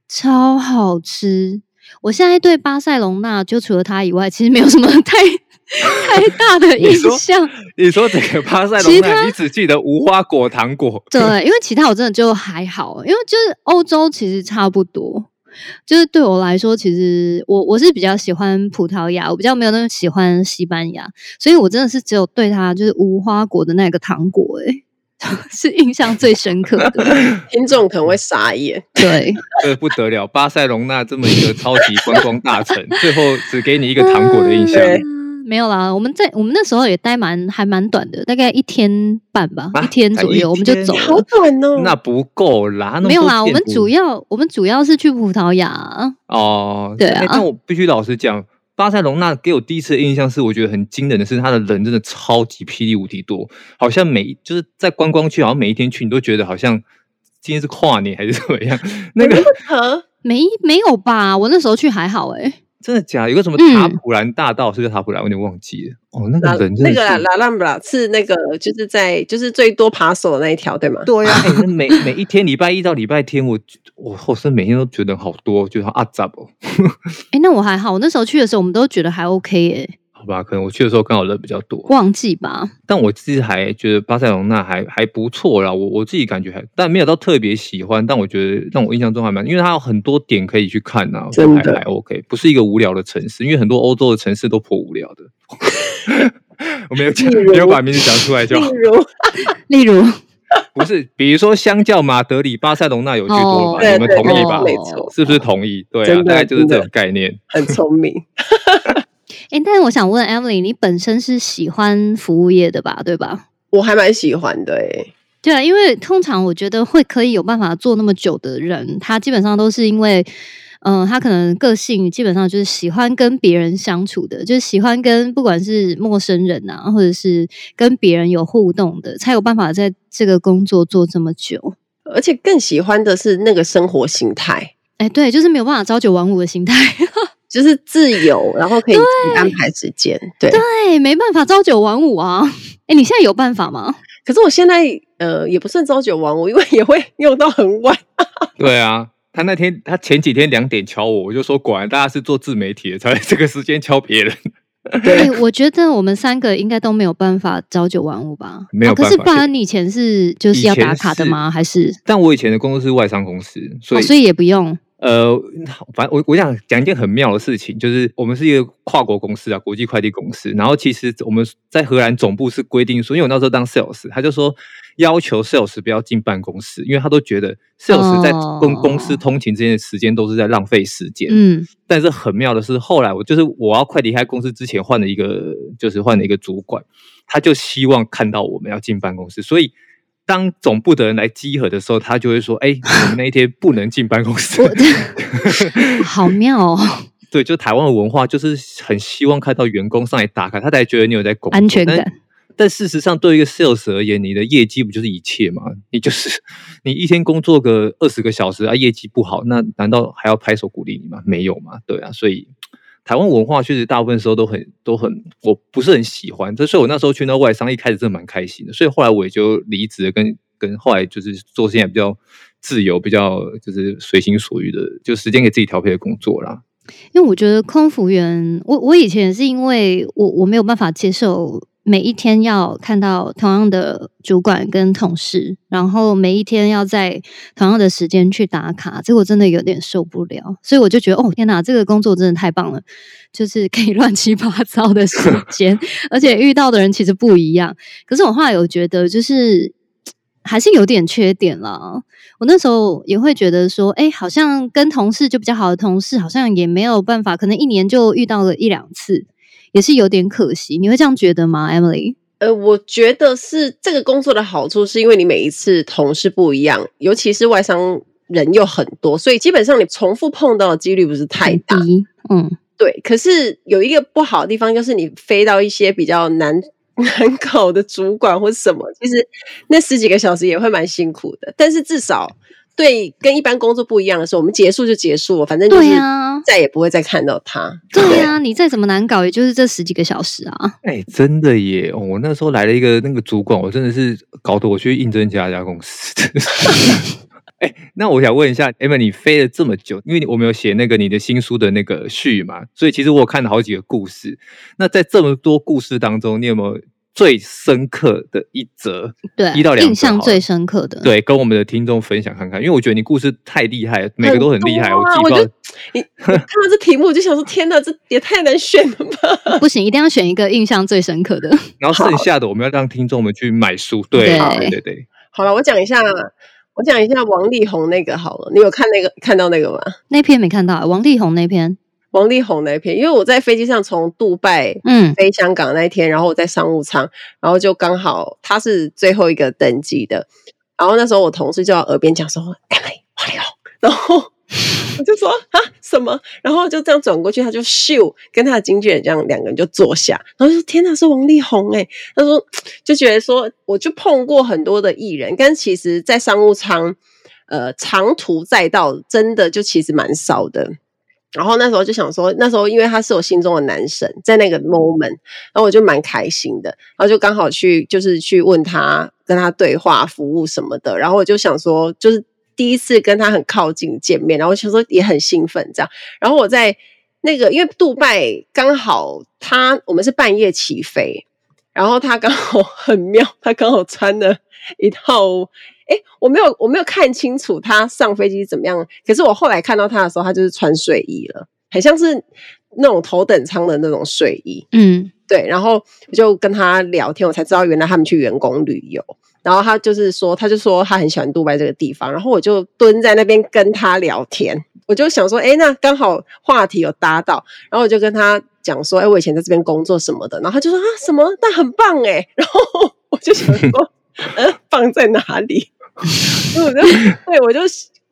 Speaker 3: 超好吃。我现在对巴塞隆纳，就除了它以外，其实没有什么太 [laughs] 太大的印
Speaker 2: 你说
Speaker 3: 象。
Speaker 2: 你说整个巴塞
Speaker 3: 其
Speaker 2: 隆
Speaker 3: 他
Speaker 2: 纳，你只记得无花果糖果， [laughs]
Speaker 3: 对，因为其他我真的就还好，因为就是欧洲其实差不多。就是对我来说，其实我我是比较喜欢葡萄牙，我比较没有那么喜欢西班牙，所以我真的是只有对它就是无花果的那个糖果、欸， [laughs] 是印象最深刻
Speaker 2: [laughs]
Speaker 3: 的。
Speaker 1: 听众可能会傻眼。
Speaker 3: 对，
Speaker 2: 这不
Speaker 3: [laughs]
Speaker 2: 得了！巴塞隆纳这么一个超级观光大城，最后只给你一个糖果的印象
Speaker 1: 对，
Speaker 3: 嗯没有啦，我们在我们那时候也待蛮还蛮短的，大概一天半吧，
Speaker 2: 啊
Speaker 3: 一天左右
Speaker 2: 才一
Speaker 3: 我们就走
Speaker 2: 天
Speaker 1: 好
Speaker 3: 了。
Speaker 1: 短哦。
Speaker 2: [laughs] 那不够啦，那么
Speaker 3: 没有
Speaker 2: 多嗯
Speaker 3: 啦，我
Speaker 2: 建
Speaker 3: 们
Speaker 2: 筑
Speaker 3: 主要我们主要是去葡萄牙，
Speaker 2: 哦，
Speaker 3: 对
Speaker 2: 哎
Speaker 3: 啊
Speaker 2: 但我必须老实讲，巴塞隆纳给我第一次的印象是，我觉得很惊人的是，他的人真的超级霹雳无敌多，好像每就是在观光区，好像每一天去，你都觉得好像今天是跨年还是怎么样？那个
Speaker 1: 和
Speaker 3: 没没有吧？我那时候去还好哎、
Speaker 2: 真的假的？有个什么塔普兰大道，是不是叫塔普兰？我有点忘记了。哦，那
Speaker 1: 拉
Speaker 2: 个人真
Speaker 1: 嗯那
Speaker 2: 的
Speaker 1: 个啦
Speaker 2: 是。
Speaker 1: 拉浪布拉是那个就是在就是最多扒手的那一条对吗？
Speaker 2: 对呀、啊，哎那 [laughs] 每每一天礼拜一到礼拜天，我我后生每天都觉得好多，觉得好阿杂哦，
Speaker 3: 哎、那我还好，我那时候去的时候我们都觉得还 OK 哎、
Speaker 2: 好吧，可能我去的时候刚好人比较多。
Speaker 3: 忘记吧？
Speaker 2: 但我自己还觉得巴塞隆纳还还不错啦，我我自己感觉还，但没有到特别喜欢，但我觉得让我印象中还蛮，因为它有很多点可以去看啊，我觉得
Speaker 1: 真
Speaker 2: 还
Speaker 1: 的
Speaker 2: 还 OK，不是一个无聊的城市，因为很多欧洲的城市都颇无聊的。 [laughs] 我没有讲，
Speaker 1: 例如
Speaker 2: 没有把名字讲出来
Speaker 1: 例
Speaker 2: 就好，
Speaker 1: 如
Speaker 3: 例如，
Speaker 2: 不是，比如说相较马德里，巴塞隆纳有趣
Speaker 3: 哦
Speaker 2: 多吧？
Speaker 1: 对
Speaker 2: 你们
Speaker 1: 对
Speaker 2: 同意
Speaker 1: 对
Speaker 2: 吧？
Speaker 1: 没错，
Speaker 2: 是不是同意？对啊，
Speaker 1: 真的
Speaker 2: 大概就是这
Speaker 1: 真
Speaker 2: 种
Speaker 1: 的
Speaker 2: 概念。
Speaker 1: 很聪明？ [laughs]
Speaker 3: 哎、但是我想问 Emily，你本身是喜欢服务业的吧？对吧？
Speaker 1: 我还蛮喜欢的诶。
Speaker 3: 对啊，因为通常我觉得会可以有办法做那么久的人，他基本上都是因为，嗯、他可能个性基本上就是喜欢跟别人相处的，就是喜欢跟不管是陌生人啊，或者是跟别人有互动的，才有办法在这个工作做这么久。
Speaker 1: 而且更喜欢的是那个生活形态，
Speaker 3: 哎，对，就是没有办法朝九晚五的心态， [laughs]
Speaker 1: 就是自由，然后可以自己安排时间。对，
Speaker 3: 对，哎没办法朝九晚五啊。哎，你现在有办法吗？
Speaker 1: 可是我现在呃也不算朝九晚五，因为也会用到很晚。 [laughs]
Speaker 2: 对啊，他那天他前几天两点敲我，我就说果然大家是做自媒体的，才会这个时间敲别人。
Speaker 3: 哎、我觉得我们三个应该都没有办法朝九晚五吧？
Speaker 2: 没有
Speaker 3: 啊可
Speaker 2: 办
Speaker 3: 是
Speaker 2: 法
Speaker 3: 不然你以前是就是要
Speaker 2: 以前
Speaker 3: 打卡的吗？还是
Speaker 2: 但我以前的公司是外商公司，所
Speaker 3: 哦，
Speaker 2: 以、
Speaker 3: 所以也不用
Speaker 2: 呃，反正我我想讲一件很妙的事情，就是我们是一个跨国公司啊，国际快递公司。然后其实我们在荷兰总部是规定说，因为我那时候当 sales，他就说要求 sales 不要进办公室，因为他都觉得 sales 在
Speaker 3: 哦
Speaker 2: 跟公司通勤之间的时间都是在浪费时间。
Speaker 3: 嗯
Speaker 2: 但是很妙的是，后来我就是我要快离开公司之前换了一个，就是换了一个主管，他就希望看到我们要进办公室，所以当总部的人来集合的时候，他就会说：“哎、我们那一天不能进办公室。
Speaker 3: 好妙
Speaker 2: [laughs]
Speaker 3: 哦，”
Speaker 2: 对，就台湾的文化就是很希望看到员工上来打卡，他才觉得你有在工作
Speaker 3: 安全
Speaker 2: 但
Speaker 3: 感。
Speaker 2: 但事实上，对于一个 sales 而言，你的业绩不就是一切吗？你就是你一天工作个二十个小时啊，业绩不好，那难道还要拍手鼓励你吗？没有嘛，对啊，所以台湾文化确实大部分时候都很都很，我不是很喜欢。这所以我那时候去那外商，一开始真的蛮开心的，所以后来我也就离职了跟跟后来就是做现在比较自由、比较就是随心所欲的，就时间给自己调配的工作啦。
Speaker 3: 因为我觉得空服员，我我以前是因为我我没有办法接受每一天要看到同样的主管跟同事，然后每一天要在同样的时间去打卡，这个我真的有点受不了，所以我就觉得哦天哪，这个工作真的太棒了，就是可以 [laughs] 乱七八糟的时间，而且遇到的人其实不一样。可是我后来有觉得，就是还是有点缺点啦，我那时候也会觉得说，哎，好像跟同事就比较好的同事，好像也没有办法，可能一年就遇到了一两次，也是有点可惜。你会这样觉得吗，Emily？
Speaker 1: 呃，我觉得是这个工作的好处，是因为你每一次同事不一样，尤其是外商人又很多，所以基本上你重复碰到的几率不是太
Speaker 3: 很
Speaker 1: 大。
Speaker 3: 低，嗯，
Speaker 1: 对，可是有一个不好的地方，就是你飞到一些比较难难搞的主管或什么，其实那十几个小时也会蛮辛苦的。但是至少对跟一般工作不一样的时候，我们结束就结束了，反正就是
Speaker 3: 对呀、
Speaker 1: 再也不会再看到他。
Speaker 3: 对呀、你再怎么难搞，也就是这十几个小时啊。
Speaker 2: 哎、真的耶！哦我那时候来了一个那个主管，我真的是搞得我去应征其他家公司。 [laughs] 哎、那我想问一下，Emma，你飞了这么久，因为你我们有写那个你的新书的那个序嘛，所以其实我有看了好几个故事。那在这么多故事当中，你有没有最深刻的一则？
Speaker 3: 对，
Speaker 2: 一到两个
Speaker 3: 印象
Speaker 2: 好了
Speaker 3: 最深刻的，，
Speaker 2: 对，跟我们的听众分享看看，因为我觉得你故事太厉害了，每个都很厉害，
Speaker 1: 很多啊
Speaker 2: 我记
Speaker 1: 我
Speaker 2: 不
Speaker 1: 就
Speaker 2: 到。
Speaker 1: 你你看到这题目，我就想说：天哪，这也太难选了吧！
Speaker 3: 不行，一定要选一个印象最深刻的。
Speaker 2: 然后剩下的我们要让听众们去买书。对
Speaker 3: 对
Speaker 2: 对对对，
Speaker 1: 好了，我讲一下，我讲一下王力宏那个好了。你有看那个看到那个吗？
Speaker 3: 啊那篇没看到、王力宏那篇，
Speaker 1: 王力宏那一篇，因为我在飞机上从杜拜
Speaker 3: 嗯
Speaker 1: 飞香港那一天，然后我在商务舱，然后就刚好他是最后一个登机的，然后那时候我同事就在耳边讲说：“Emily，王力宏。”然后我就说：“啊，什么？”然后就这样转过去，他就咻跟他的经纪人这样两个人就坐下，然后就说：“天哪，是王力宏哎、他说就觉得说，我就碰过很多的艺人，但其实，在商务舱，呃，长途载道真的就其实蛮少的。然后那时候就想说，那时候因为他是我心中的男神，在那个 moment，然后我就蛮开心的，然后就刚好去就是去问他，跟他对话、服务什么的，然后我就想说，就是第一次跟他很靠近见面，然后我想说也很兴奋这样，然后我在那个因为杜拜刚好他我们是半夜起飞，然后他刚好 [laughs] 很妙，他刚好穿了一套。哎，我没有，我没有看清楚他上飞机怎么样。可是我后来看到他的时候，他就是穿睡衣了，很像是那种头等舱的那种睡衣。
Speaker 3: 嗯
Speaker 1: 对，然后我就跟他聊天，我才知道原来他们去员工旅游。然后他就是说，他就说他很喜欢杜拜这个地方，然后我就蹲在那边跟他聊天，我就想说，哎，那刚好话题有搭到，然后我就跟他讲说，哎，我以前在这边工作什么的，然后他就说啊什么，那很棒哎，然后 [laughs] 我就想说，呃，棒在哪里？ [laughs] 所以我就对我就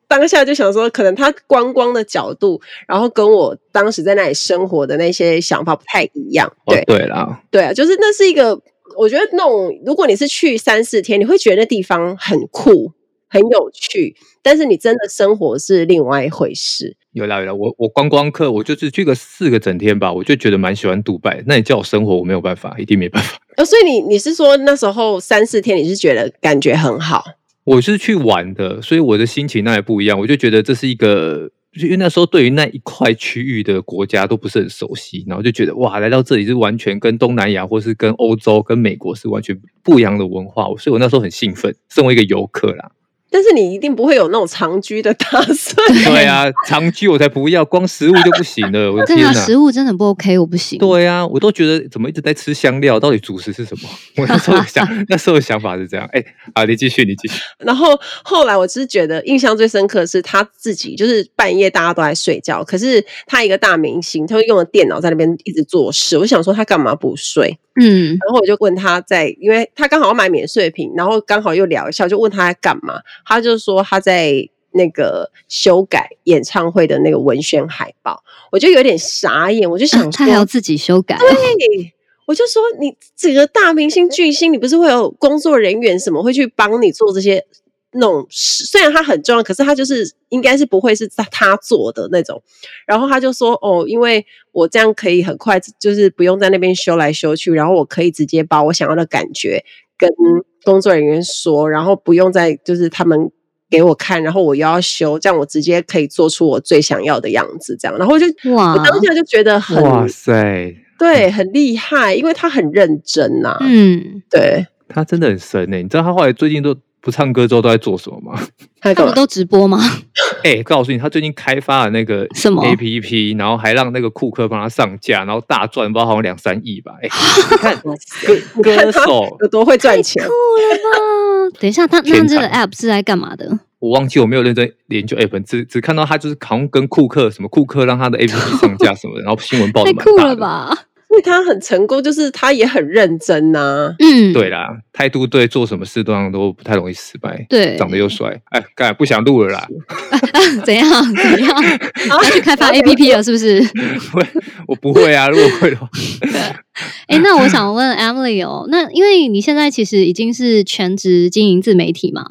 Speaker 1: 当下就想说，可能他观光的角度，然后跟我当时在那里生活的那些想法不太一样，
Speaker 2: 哦
Speaker 1: 对，
Speaker 2: 对啦，
Speaker 1: 对啊，就是那是一个，我觉得那种如果你是去三四天，你会觉得那地方很酷、很有趣，但是你真的生活是另外一回事。
Speaker 2: 有啦有啦，我我观光客，我就是去个四个整天吧，我就觉得蛮喜欢杜拜。那你叫我生活，我没有办法，一定没办法。 [laughs]
Speaker 1: 呃，所以你你是说那时候三四天你是觉得感觉很好，
Speaker 2: 我是去玩的，所以我的心情那也不一样。我就觉得这是一个，因为那时候对于那一块区域的国家都不是很熟悉，然后就觉得哇，来到这里是完全跟东南亚或是跟欧洲、跟美国是完全不一样的文化，所以我那时候很兴奋，身为一个游客
Speaker 3: [laughs]
Speaker 2: 啦。
Speaker 1: 但是你一定不会有那种长居的打算。 [laughs]
Speaker 2: 对啊，长居我才不要，光食物就不行了，我的
Speaker 3: 真
Speaker 2: 天
Speaker 3: 的啊
Speaker 2: 哪！
Speaker 3: 食物真的不 OK，我不行。
Speaker 2: 对啊，我都觉得怎么一直在吃香料，到底主食是什
Speaker 3: [laughs]
Speaker 2: 么？我那时候想，那时候的想法是这样。哎、啊，你继续，你继续。
Speaker 1: 然后后来我只是觉得印象最深刻的是他自己，就是半夜大家都在睡觉，可是他一个大明星，他会用了电脑在那边一直做事。我想说他干嘛不睡？
Speaker 3: 嗯，
Speaker 1: 然后我就问他在，因为他刚好要买免税品，然后刚好又聊一下，我就问他在干嘛，他就说他在那个修改演唱会的那个文宣海报，我就有点傻眼，我就想
Speaker 3: 他
Speaker 1: 说，
Speaker 3: 啊还要自己修改哦。
Speaker 2: 啊
Speaker 1: 对我就说你整个大明星巨星，你不是会有工作人员什么会去帮你做这些那种事？虽然他很重要，可是他就是应该是不会是他他做的那种。然后他就说哦，因为我这样可以很快，就是不用在那边修来修去，然后我可以直接把我想要的感觉跟工作人员说，然后不用再就是他们。给我看，然后我又要修，这样我直接可以做出我最想要的样子，这样，然后我就我
Speaker 3: 哇，
Speaker 1: 当下就觉得很
Speaker 2: 哇塞，
Speaker 1: 对，很厉害，因为他很认真呐、
Speaker 3: 嗯，
Speaker 1: 对，
Speaker 2: 他真的很神欸呢、你知道他后来最近都不唱歌之后都在做什么吗？
Speaker 1: 他
Speaker 3: 他
Speaker 1: 干
Speaker 3: 不
Speaker 1: 嘛？
Speaker 3: 都直播吗？
Speaker 2: [laughs] 哎、告诉你，他最近开发了那个
Speaker 3: 什么
Speaker 2: A P P，然后还让那个库克帮他上架，然后大赚，不知道好像两三亿吧。哎、你看
Speaker 1: [laughs] 哇塞
Speaker 2: 歌
Speaker 1: 你看
Speaker 2: 歌
Speaker 1: 他
Speaker 2: 手，
Speaker 1: 有多会赚钱
Speaker 3: 酷？了吧？等一下，他那
Speaker 2: 天
Speaker 3: 这个
Speaker 2: 堂
Speaker 3: app 是来干嘛的？
Speaker 2: 我忘记我没有认真研究 app，只只看到他就是好像跟库克什么库克让他的 A P P 上
Speaker 3: [laughs]
Speaker 2: 架什么的，然后新闻报
Speaker 3: 太
Speaker 2: 的蛮
Speaker 3: 酷
Speaker 2: 大
Speaker 3: 了
Speaker 2: 的。
Speaker 3: 吧？
Speaker 1: 因为他很成功，就是他也很认真
Speaker 3: [laughs]
Speaker 1: 呐、
Speaker 3: 嗯，
Speaker 2: 对啦，态度对，做什么事都上都不太容易失败。
Speaker 3: 对
Speaker 2: 长得又帅，哎，干不想录了啦，
Speaker 3: [laughs] 怎样怎样？要去开发 APP 了是不是？
Speaker 2: 我不会啊，如果会的话， [laughs]
Speaker 3: 哎、那我想问 Emily 哦，那因为你现在其实已经是全职经营自媒体嘛，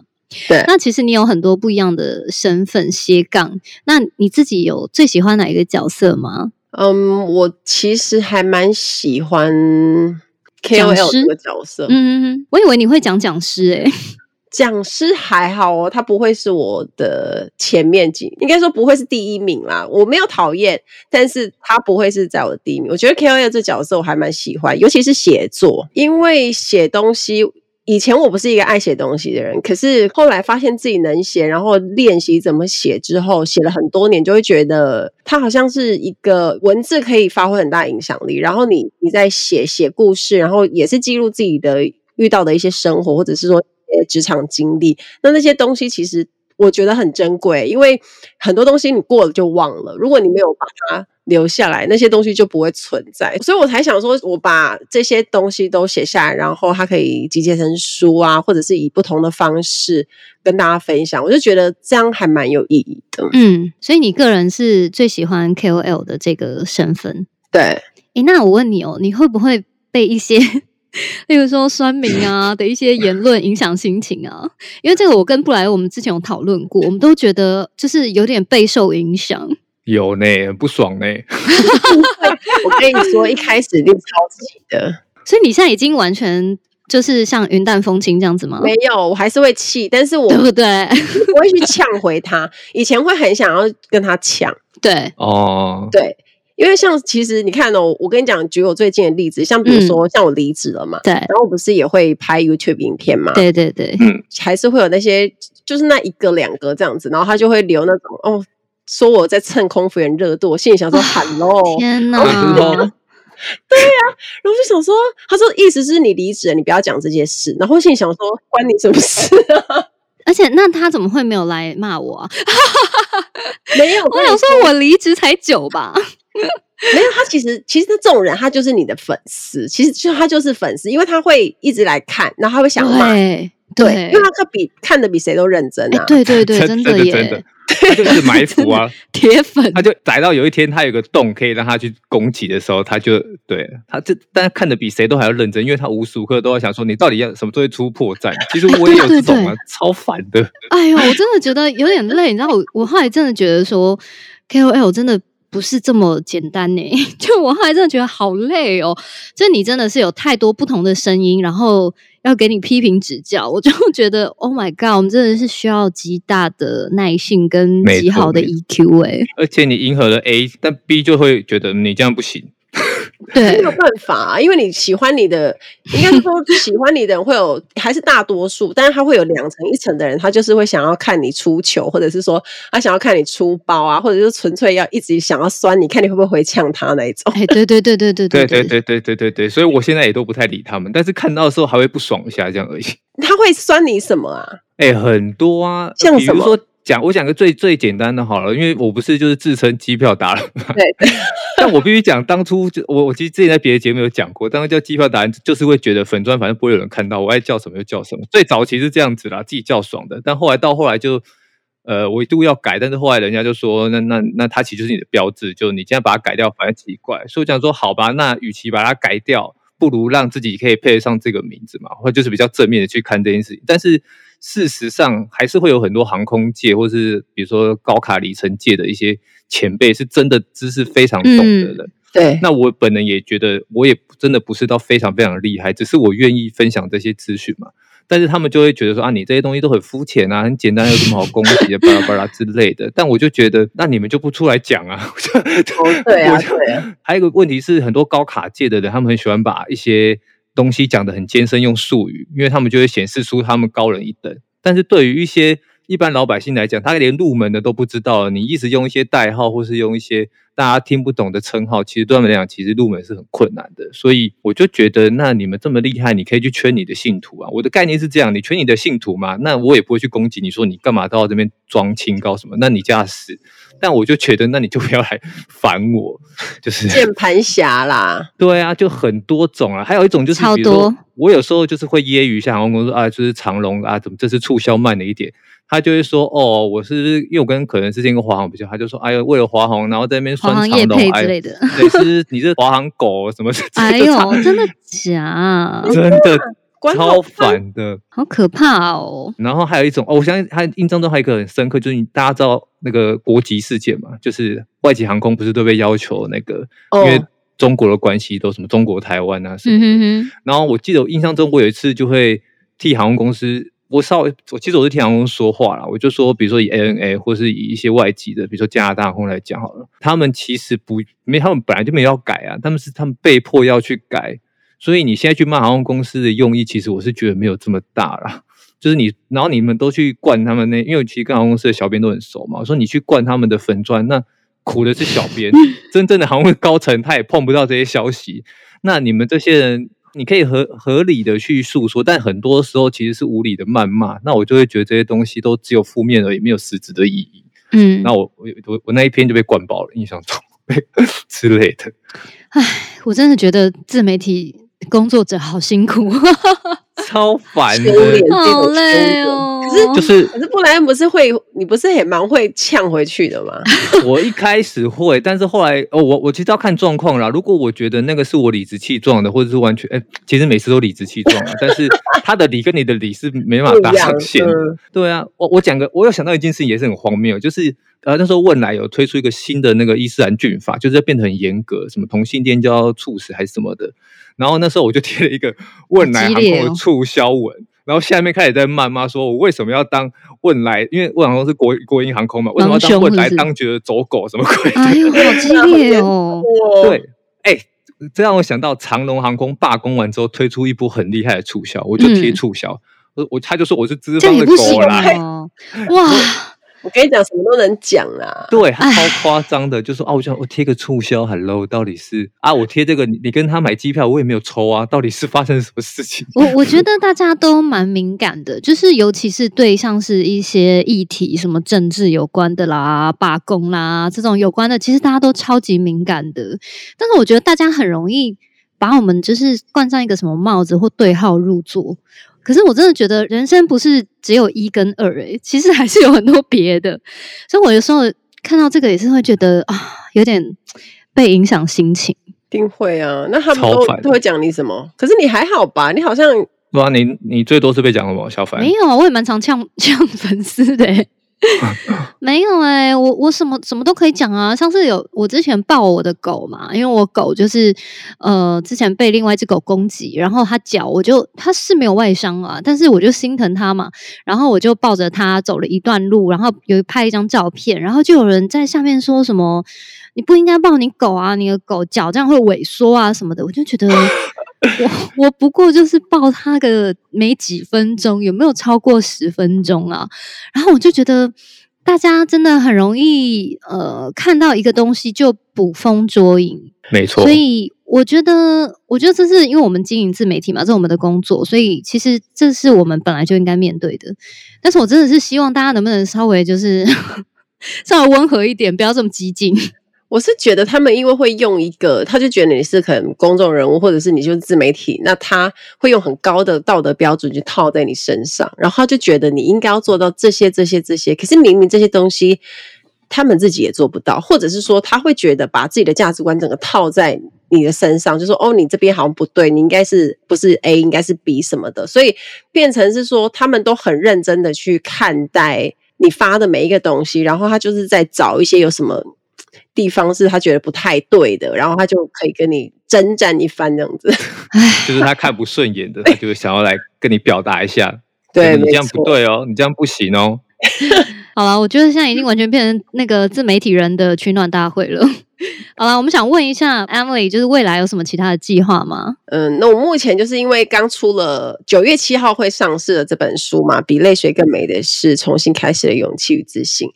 Speaker 1: 对
Speaker 3: 那其实你有很多不一样的身份斜杠，那你自己有最喜欢哪一个角色吗？
Speaker 1: 嗯，我其实还蛮喜欢
Speaker 3: 讲
Speaker 1: KOL
Speaker 3: 师
Speaker 1: 这个角色，
Speaker 3: 嗯，我以为你会讲讲师哎、
Speaker 1: 讲师还好哦，他不会是我的前面几，应该说不会是第一名啦。我没有讨厌，但是他不会是在我的第一名。我觉得 KOL 这角色我还蛮喜欢，尤其是写作，因为写东西。以前我不是一个爱写东西的人，可是后来发现自己能写，然后练习怎么写之后，写了很多年，就会觉得它好像是一个文字可以发挥很大影响力。然后你你在写写故事，然后也是记录自己的遇到的一些生活，或者是说呃职场经历，那那些东西其实。我觉得很珍贵，因为很多东西你过了就忘了，如果你没有把它留下来，那些东西就不会存在。所以我才想说，我把这些东西都写下来，然后它可以集结成书啊，或者是以不同的方式跟大家分享。我就觉得这样还蛮有意义的。
Speaker 3: 嗯，所以你个人是最喜欢 KOL 的这个身份。
Speaker 1: 对，
Speaker 3: 诶、那我问你哦，你会不会被一些，例如说酸民
Speaker 2: [laughs]
Speaker 3: 啊的一些言论影响心情啊？因为这个我跟布莱我们之前有讨论过，我们都觉得就是有点备受影响。
Speaker 2: 有呢，很不爽呢。
Speaker 1: 我跟你说，一开始一定超级的，
Speaker 3: 所以你现在已经完全就是像云淡风轻这样子吗？
Speaker 1: 没有，我还是会气，但是我
Speaker 3: [laughs] 对不对？ [laughs]
Speaker 1: 不会去呛回他。以前会很想要跟他呛，
Speaker 3: 对，
Speaker 2: 哦，
Speaker 1: 对，因为像其实你看哦，我跟你讲，举我最近的例子，像比
Speaker 3: 嗯
Speaker 1: 如说、像我离职了嘛，
Speaker 3: 对，
Speaker 1: 然后我不是也会拍 YouTube 影片嘛，
Speaker 3: 对，对，对，
Speaker 1: 还是会有那些就是那一个两个这样子，然后他就会留那种哦，说我在蹭空服员热度，我心里想说 hello，
Speaker 3: 天
Speaker 2: 哦我知
Speaker 3: 哪！
Speaker 2: 道
Speaker 1: 然后我就想说，他说意思是你离职了，你不要讲这些事，然后我心里想说关你什么事啊？ [laughs]
Speaker 3: 而且那他怎么会没有来骂我啊？
Speaker 1: 没有，
Speaker 3: 我想说，我离职才久吧？
Speaker 1: 没有，他其实其实这种人，他就是你的粉丝，其实就他就是粉丝，因为他会一直来看，然后他会想骂，
Speaker 3: 对，
Speaker 1: 对，
Speaker 3: 对
Speaker 1: 因为，他可比看的比谁都认真啊
Speaker 3: 哎，。对，对，对，
Speaker 2: [laughs] 真
Speaker 3: 真
Speaker 2: 的
Speaker 3: 耶，
Speaker 2: 真的，他就是埋
Speaker 3: [laughs]
Speaker 2: 伏啊，
Speaker 3: 铁粉，
Speaker 2: 他就逮到有一天他有个洞可以让他去攻击的时候，他就对他这，但他看的比谁都还要认真，因为他无时无刻都在想说你到底要什么时候会出破绽。其实我也有这种啊，超烦的。
Speaker 3: 哎呦，我真的觉得有点累，你知道我，我后来真的觉得说 KOL 真的不是这么简单呢、 [laughs] 就我后来真的觉得好累哦，就你真的是有太多不同的声音，然后要给你批评指教，我就 [laughs] 觉得 Oh my God，我们真的是需要极大的耐性跟
Speaker 2: 没错
Speaker 3: 极好的
Speaker 2: 没
Speaker 3: EQ 哎、
Speaker 2: 而且你迎合了 A，但 B 就会觉得嗯你这样不行。
Speaker 1: 没
Speaker 3: 对
Speaker 1: 有办法、啊，因为你喜欢你
Speaker 3: [laughs]
Speaker 1: 的，应该是说喜欢你的人会有，还是大多数，但是他会有两层，一层的人他就是会想要看你出糗，或者是说他想要看你出包啊，或者就是纯粹要一直想要酸你，看你会不会回呛他那一种。 [laughs]
Speaker 3: 哎，对对对对对
Speaker 2: [laughs] 对
Speaker 3: 对
Speaker 2: 对对对对对对，所以我现在也都不太理他们，但是看到的时候还会不爽一下这样而已。
Speaker 1: 他会酸你什么啊？
Speaker 2: 哎、很多啊，
Speaker 1: 像
Speaker 2: 比
Speaker 1: 什
Speaker 2: 如
Speaker 1: 么
Speaker 2: 说讲我讲个最最简单的好了，因为我不是就是自称机票达人嘛，
Speaker 1: 对，
Speaker 2: [laughs] 但我必须讲，当初就我我其实之前在别的节目有讲过，当初叫机票达人就是会觉得粉砖反正不会有人看到，我爱叫什么就叫什么。最早期是这样子啦，自己叫爽的，但后来到后来就。呃，我一度要改，但是后来人家就说，那那那它其实就是你的标志，就你现在把它改掉，反而奇怪。所以我想说，好吧，那与其把它改掉，不如让自己可以配得上这个名字嘛，或者就是比较正面的去看这件事情。但是事实上，还是会有很多航空界或是比如说高卡里程界的一些前辈，是真的知识非常懂的人。
Speaker 1: 对，
Speaker 2: 那我本人也觉得，我也真的不是到非常非常厉害，只是我愿意分享这些资讯嘛。但是他们就会觉得说啊，你这些东西都很肤浅啊，很简单，有什么好攻击的，巴拉巴拉之类的。但我就觉得，那你们就不出来讲啊？
Speaker 1: 哦，对啊，
Speaker 2: 我就
Speaker 1: 对啊，
Speaker 2: 还有一个问题是，很多高卡界的人，他们很喜欢把一些东西讲得很艰深，用术语，因为他们就会显示出他们高人一等。但是对于一些一般老百姓来讲，他连入门的都不知道，你一直用一些代号或是用一些大家听不懂的称号，其实对他们来讲，其实入门是很困难的。所以我就觉得，那你们这么厉害，你可以去圈你的信徒啊。我的概念是这样，你圈你的信徒嘛，那我也不会去攻击你说你干嘛到这边装清高什么，那你家的事。但我就觉得，那你就不要来 [laughs] 烦我，就是
Speaker 1: 键盘侠啦，
Speaker 2: 对啊，就很多种啊，还有一种就是
Speaker 3: 超
Speaker 2: 比如说
Speaker 3: 多
Speaker 2: 我有时候就是会揶揄一下航空公司啊，就是长龙啊，怎么这次促销慢了一点？他就会说哦，我是不是因为我跟可能之前跟华航比较，他就说哎呦，为了华航，然后在那边
Speaker 3: 华
Speaker 2: 酸
Speaker 3: 航
Speaker 2: 长
Speaker 3: 叶
Speaker 2: 龙
Speaker 3: 配，
Speaker 2: 哎
Speaker 3: 之
Speaker 2: 呦，
Speaker 3: 类的。
Speaker 2: 对，是你是华航狗什么之类的？
Speaker 3: 哎呦，真的假？
Speaker 2: 真
Speaker 3: [laughs]
Speaker 2: 的
Speaker 1: 管好
Speaker 3: 哦
Speaker 2: 超烦的。
Speaker 3: 好可怕哦！
Speaker 2: 然后还有一种哦，我相信他印象中还有一个很深刻，就是你大家知道那个国籍事件嘛，就是外籍航空不是都被要求那个，
Speaker 1: 哦
Speaker 2: 因为中国的关系都什么中国台湾啊什么
Speaker 3: 嗯哼哼。
Speaker 2: 然后我记得我印象中，我有一次就会替航空公司，我稍微我其实我是替航空公司说话啦，我就说，比如说以 ANA 或是以一些外籍的，比如说加拿大航空来讲好了，他们其实不没，他们本来就没有要改啊，他们是他们被迫要去改，所以你现在去骂航空公司的用意，其实我是觉得没有这么大啦。就是你，然后你们都去灌他们那，因为我其实跟航空公司的小编都很熟嘛，我说你去灌他们的粉砖，那苦的是小编，真正的航空高层他也碰不到这些消息，那你们这些人你可以合合理的去诉说，但很多时候其实是无理的谩骂。那我就会觉得这些东西都只有负面而已，没有实质的意义。
Speaker 3: 嗯，
Speaker 2: 那我我我我那一篇就被灌爆了，印象中之类的。 [laughs]
Speaker 3: 我真的觉得自媒体工作者好辛苦，哦
Speaker 2: 超烦
Speaker 1: 修
Speaker 2: 的
Speaker 1: 炼，这种
Speaker 3: 好
Speaker 1: 修
Speaker 3: 累
Speaker 1: 炼
Speaker 3: 哦。
Speaker 2: 就是
Speaker 1: 可是布莱恩不是会，你不是也蛮会呛回去的吗？
Speaker 2: 我一开始会，但是后来哦，我我其实要看状况啦。如果我觉得那个是我理直气壮的，或者是完全哎、其实每次都理直气壮啊，但是他的理跟你的理是没办
Speaker 1: 不
Speaker 2: 法
Speaker 1: 一
Speaker 2: 搭
Speaker 1: 样，
Speaker 2: 上线的。
Speaker 1: 嗯
Speaker 2: 对啊，我我讲个，我有想到一件事情也是很荒谬，就是呃那时候汶莱有推出一个新的那个伊斯兰郡法，就是要变得很严格，什么同性恋就要处死还是什么的。然后那时候我就贴了一个汶莱
Speaker 3: 好激
Speaker 2: 航
Speaker 3: 烈
Speaker 2: 空
Speaker 3: 哦
Speaker 2: 的促销文，然后下面开始在谩骂说，我为什么要当汶莱？因为汶莱航空是国国营航空嘛，为什么
Speaker 3: 帮
Speaker 2: 要
Speaker 3: 凶
Speaker 2: 当汶莱
Speaker 3: 是不是
Speaker 2: 当觉得走狗什么鬼 [laughs] 的？
Speaker 3: 哎呦，好激烈 [laughs] 哦！
Speaker 1: 哇，
Speaker 2: 对，哎、这让我想到长龙航空罢工完之后推出一波很厉害的促销，我就贴
Speaker 3: 嗯
Speaker 2: 促销，我我他就说我是资
Speaker 3: 这样
Speaker 2: 方
Speaker 3: 也
Speaker 2: 的
Speaker 3: 不行
Speaker 2: 狗啦。
Speaker 3: 哦，哇！
Speaker 1: 我跟你讲，什么都能讲啦。
Speaker 2: 对，他超夸张的，就说啊，我想我贴个促销，hello，到底是啊，我贴这个，你你跟他买机票，我也没有抽啊，到底是发生什么事情？ [laughs]
Speaker 3: [laughs] 我我觉得大家都蛮敏感的，就是尤其是对像是一些议题，什么政治有关的啦、罢工啦这种有关的，其实大家都超级敏感的。但是我觉得大家很容易把我们就是冠上一个什么帽子或对号入座。可是我真的觉得人生不是只有一跟二诶、其实还是有很多别的。所以我有时候看到这个也是会觉得啊，有点被影响心情。
Speaker 1: 一定会啊。那他们
Speaker 2: 超
Speaker 1: 都
Speaker 2: 烦
Speaker 1: 都会讲你什么？可是你还好吧？你好像
Speaker 2: 对啊，你你最多是被讲什么？小凡
Speaker 3: 没有啊，我也蛮常呛 [laughs] 呛粉丝的欸、没有哎、我我什么什么都可以讲啊。上次有我之前抱我的狗嘛，因为我狗就是呃之前被另外一只狗攻击，然后它脚我就它是没有外伤啊，但是我就心疼它嘛，然后我就抱着它走了一段路，然后有拍一张照片，然后就有人在下面说什么你不应该抱你狗啊，你的狗脚这样会萎缩啊什么的，我就觉得 [laughs] 我我不过就是抱它个没几分钟，有没有超过十分钟啊？然后我就觉得大家真的很容易呃看到一个东西就捕风捉影，
Speaker 2: 没错
Speaker 3: 所，以我觉得，我觉得这是因为我们经营自媒体嘛，这是我们的工作，所以其实这是我们本来就应该面对的。但是我真的是希望大家能不能稍微就是 [laughs] 稍微温和一点，不要这么激进。
Speaker 1: 我是觉得他们因为会用一个，他就觉得你是可能公众人物，或者是你就是自媒体，那他会用很高的道德标准去套在你身上，然后他就觉得你应该要做到这些、这些、这些。可是明明这些东西他们自己也做不到，或者是说他会觉得把自己的价值观整个套在你的身上，就说哦，你这边好像不对，你应该是不是 A，应该是 B 什么的，所以变成是说他们都很认真的去看待你发的每一个东西，然后他就是在找一些有什么。地方是他觉得不太对的，然后他就可以跟你征战一番这样子。
Speaker 2: 就是他看不顺眼的，他就想要来跟你表达一下，
Speaker 1: 对，
Speaker 2: 你
Speaker 1: 没
Speaker 2: 这样不
Speaker 1: 错，
Speaker 2: 对哦，你这样不行哦。
Speaker 3: [laughs] 好了，我觉得现在已经完全变成那个自媒体人的取暖大会了。 [laughs] 好了，我们想问一下 Emily，就是未来有什么其他的计划吗？
Speaker 1: 嗯，那我目前就是因为刚出了九月七号会上市的这本书嘛，《比泪水更美的是重新开始的勇气与自信》。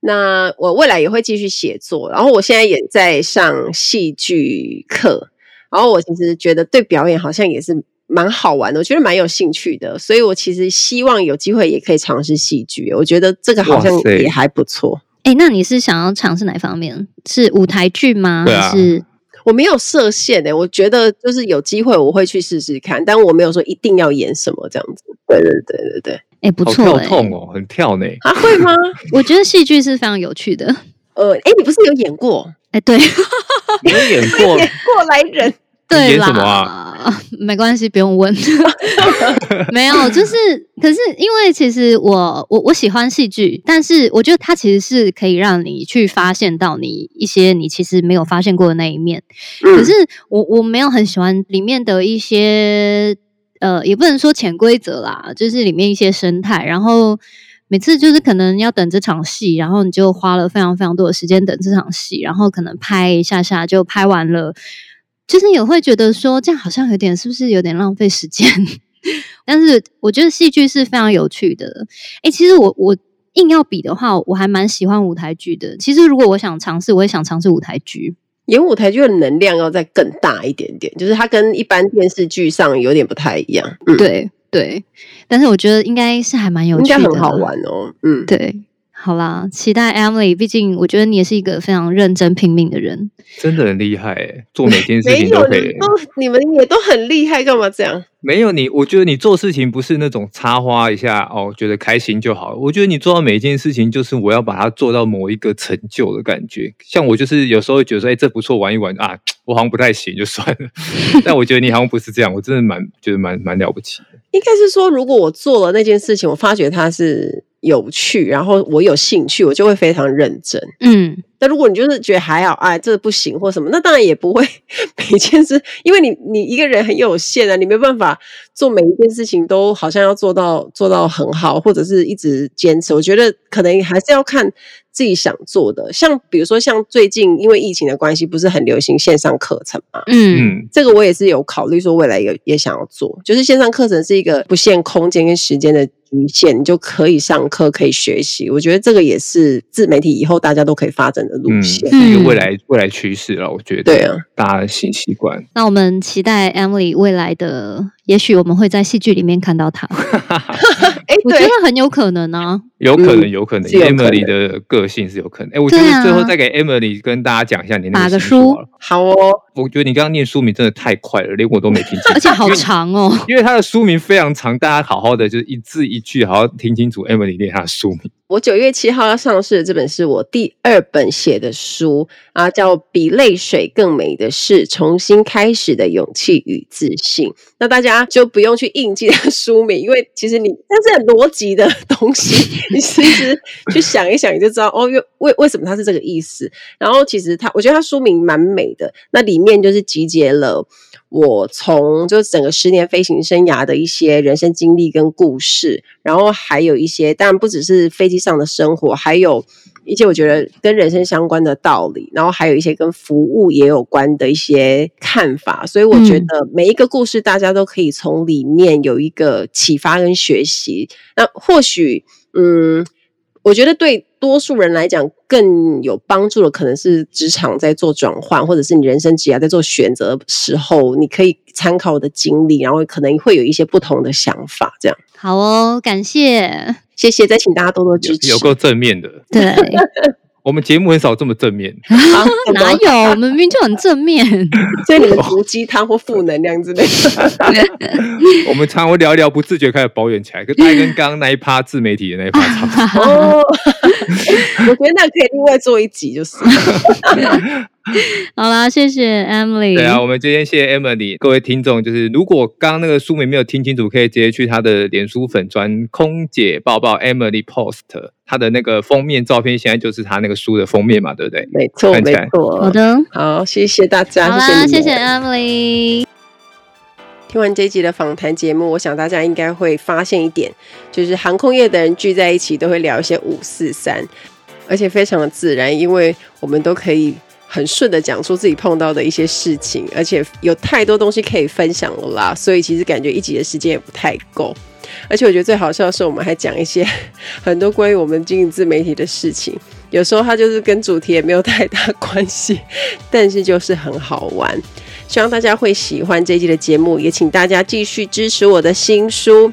Speaker 1: 那我未来也会继续写作，然后我现在也在上戏剧课，然后我其实觉得对表演好像也是蛮好玩的，我觉得蛮有兴趣的，所以我其实希望有机会也可以尝试戏剧，我觉得这个好像
Speaker 2: 哇塞
Speaker 1: 也还不错。
Speaker 3: 哎、那你是想要尝试哪方面？是舞台剧吗？
Speaker 2: 对啊
Speaker 3: 还是
Speaker 1: 我没有设限欸诶、我觉得就是有机会我会去试试看，但我没有说一定要演什么这样子。对对对对对，
Speaker 3: 哎、不
Speaker 2: 好
Speaker 3: 错、
Speaker 2: 跳
Speaker 3: 欸，
Speaker 2: 痛哦，很跳呢。
Speaker 1: 啊会吗？ [laughs]
Speaker 3: 我觉得戏剧是非常有趣的。
Speaker 1: 呃，哎、你不是有演过？
Speaker 3: 哎、对，
Speaker 2: 你有演过
Speaker 1: 过来人，
Speaker 3: 对
Speaker 2: 演
Speaker 3: 啦，
Speaker 2: 什么啊
Speaker 3: 没关系，不用
Speaker 2: [laughs]
Speaker 3: 问。没有，就是，可是因为其实我我我喜欢戏剧，但是我觉得它其实是可以让你去发现到你一些你其实没有发现过的那一面。
Speaker 1: 嗯
Speaker 3: 可是我我没有很喜欢里面的一些呃，也不能说潜规则啦，就是里面一些生态，然后。每次就是可能要等这场戏，然后你就花了非常非常多的时间等这场戏，然后可能拍一下下就拍完了，就是也会觉得说这样好像有点是不是有点浪费时间？ [laughs] 但是我觉得戏剧是非常有趣的。诶，其实我我硬要比的话，我还蛮喜欢舞台剧的。其实如果我想尝试，我也想尝试舞台剧。
Speaker 1: 演舞台剧的能量要再更大一点点，就是它跟一般电视剧上有点不太一样。嗯，，
Speaker 3: 对对，但是我觉得应该是还蛮有
Speaker 1: 应
Speaker 3: 趣
Speaker 1: 该
Speaker 3: 的，
Speaker 1: 很好。玩哦。嗯，
Speaker 3: 对，好啦，期待 Emily，毕竟我觉得你也是一个非常认真拼命的人。
Speaker 2: 真的很厉害、欸，做每件事
Speaker 1: 没
Speaker 2: 情都
Speaker 1: 有，
Speaker 2: 可
Speaker 1: 你
Speaker 2: 以
Speaker 1: 们。都你们也都很厉害，干嘛这样？
Speaker 2: 没有你，我觉得你做事情不是那种插花一下哦，觉得开心就好。我觉得你做到每一件事情，就是我要把它做到某一个成就的感觉。像我就是有时候会觉得说，哎，这不错，玩一玩啊，我好像不太行，就算了。 [laughs] 但我觉得你好像不是这样，我真的蛮觉得蛮蛮了不起的。
Speaker 1: 应该是说，如果我做了那件事情，我发觉它是有趣，然后我有兴趣，我就会非常认真。
Speaker 3: 嗯，
Speaker 1: 那如果你就是觉得还好，哎，这不行或什么，那当然也不会每件事，因为你你一个人很有限啊，你没办法做每一件事情都好像要做到做到很好，或者是一直坚持。我觉得可能还是要看自己想做的，像比如说像最近因为疫情的关系，不是很流行线上课程嘛，
Speaker 3: 嗯，
Speaker 2: 嗯，
Speaker 1: 这个我也是有考虑说未来也也想要做，就是线上课程是一个不限空间跟时间的局限，你就可以上课可以学习。我觉得这个也是自媒体以后大家都可以发展的路
Speaker 2: 嗯，是
Speaker 1: 线。
Speaker 2: 一个未来未来趋势了，我觉得。
Speaker 1: 对啊，
Speaker 3: 嗯
Speaker 2: 大家的新习惯。
Speaker 3: 那我们期待 Emily 未来的，也许我们会在戏剧里面看到她，
Speaker 1: 哎、
Speaker 3: 我觉
Speaker 1: 对
Speaker 3: 得，很有可能啊。
Speaker 2: 有可能，
Speaker 1: 嗯
Speaker 2: 有可能
Speaker 1: 是有可能
Speaker 2: ，Emily 的个性是有可能。哎，我觉
Speaker 3: 对啊
Speaker 2: 得最后再给 Emily 跟大家讲一下你那
Speaker 3: 哪个
Speaker 2: 个星座
Speaker 3: 书
Speaker 2: 好了。
Speaker 1: 好哦，
Speaker 2: 我觉得你刚刚念书名真的太快了，连我都没听清。
Speaker 3: [laughs] 而且好长哦， [laughs]
Speaker 2: 因为他的书名非常长，大家好好的就是一字一句，好好听清楚 Emily 念他的书名。
Speaker 1: 我九月七号要上市的这本是我第二本写的书啊，叫《比泪水更美的事：重新开始的勇气与自信》。那大家就不用去硬记它的书名，因为其实你它是很逻辑的东西，你其实去想一想，你就知道哦，为为为什么它是这个意思。然后其实它，我觉得它书名蛮美的，那里面就是集结了我从就整个十年飞行生涯的一些人生经历跟故事，然后还有一些，当然不只是飞机上的生活，还有。一些我觉得跟人生相关的道理，然后还有一些跟服务也有关的一些看法，所以我觉
Speaker 3: 嗯
Speaker 1: 得每一个故事大家都可以从里面有一个启发跟学习。那或许，嗯，我觉得对多数人来讲更有帮助的，可能是职场在做转换，或者是你人生职涯在做选择的时候，你可以参考我的经历，然后可能会有一些不同的想法。这样，
Speaker 3: 好哦，感谢。
Speaker 1: 谢谢，再请大家多多支持。
Speaker 2: 有有够正面的，
Speaker 3: 对，
Speaker 2: 我们节目很少这么正面。
Speaker 1: 啊什么
Speaker 3: [laughs] 哪有？我们明明就很正面。
Speaker 1: 所以你们
Speaker 2: 哦
Speaker 1: 毒鸡汤或负能量之类
Speaker 3: [laughs]
Speaker 1: 的，
Speaker 2: 我们常常会聊一聊，不自觉开始抱怨起
Speaker 3: [laughs]
Speaker 2: 来，可大概跟刚刚那一趴自媒体的那一趴差不多。
Speaker 1: 哦，我觉得那可以另外做一集，就是了。
Speaker 3: 好啦，谢谢 Emily。
Speaker 2: 对啊，我们今天谢谢 Emily，各位听众，就是如果刚刚那个书名没有听清楚，可以直接去她的脸书粉专“空姐抱抱 Emily Post”，她的那个封面照片现在就是她那个书的封面嘛，对不对？
Speaker 1: 没错，
Speaker 2: 看起
Speaker 1: 没
Speaker 2: 来
Speaker 3: 好
Speaker 1: 错。
Speaker 3: 的，
Speaker 1: 好，谢谢大
Speaker 3: 好
Speaker 1: 家，啊谢
Speaker 3: 啦，
Speaker 1: 你
Speaker 3: 谢
Speaker 1: 们
Speaker 3: 谢 Emily。
Speaker 1: 听完这一集的访谈节目，我想大家应该会发现一点，就是航空业的人聚在一起都会聊一些五四三，而且非常的自然，因为我们都可以很顺的讲出自己碰到的一些事情，而且有太多东西可以分享了啦，所以其实感觉一集的时间也不太够。而且我觉得最好笑的是，我们还讲一些 [laughs] 很多关于我们经营自媒体的事情，有时候它就是跟主题也没有太大关系，但是就是很好玩。希望大家会喜欢这一季的节目，也请大家继续支持我的新书。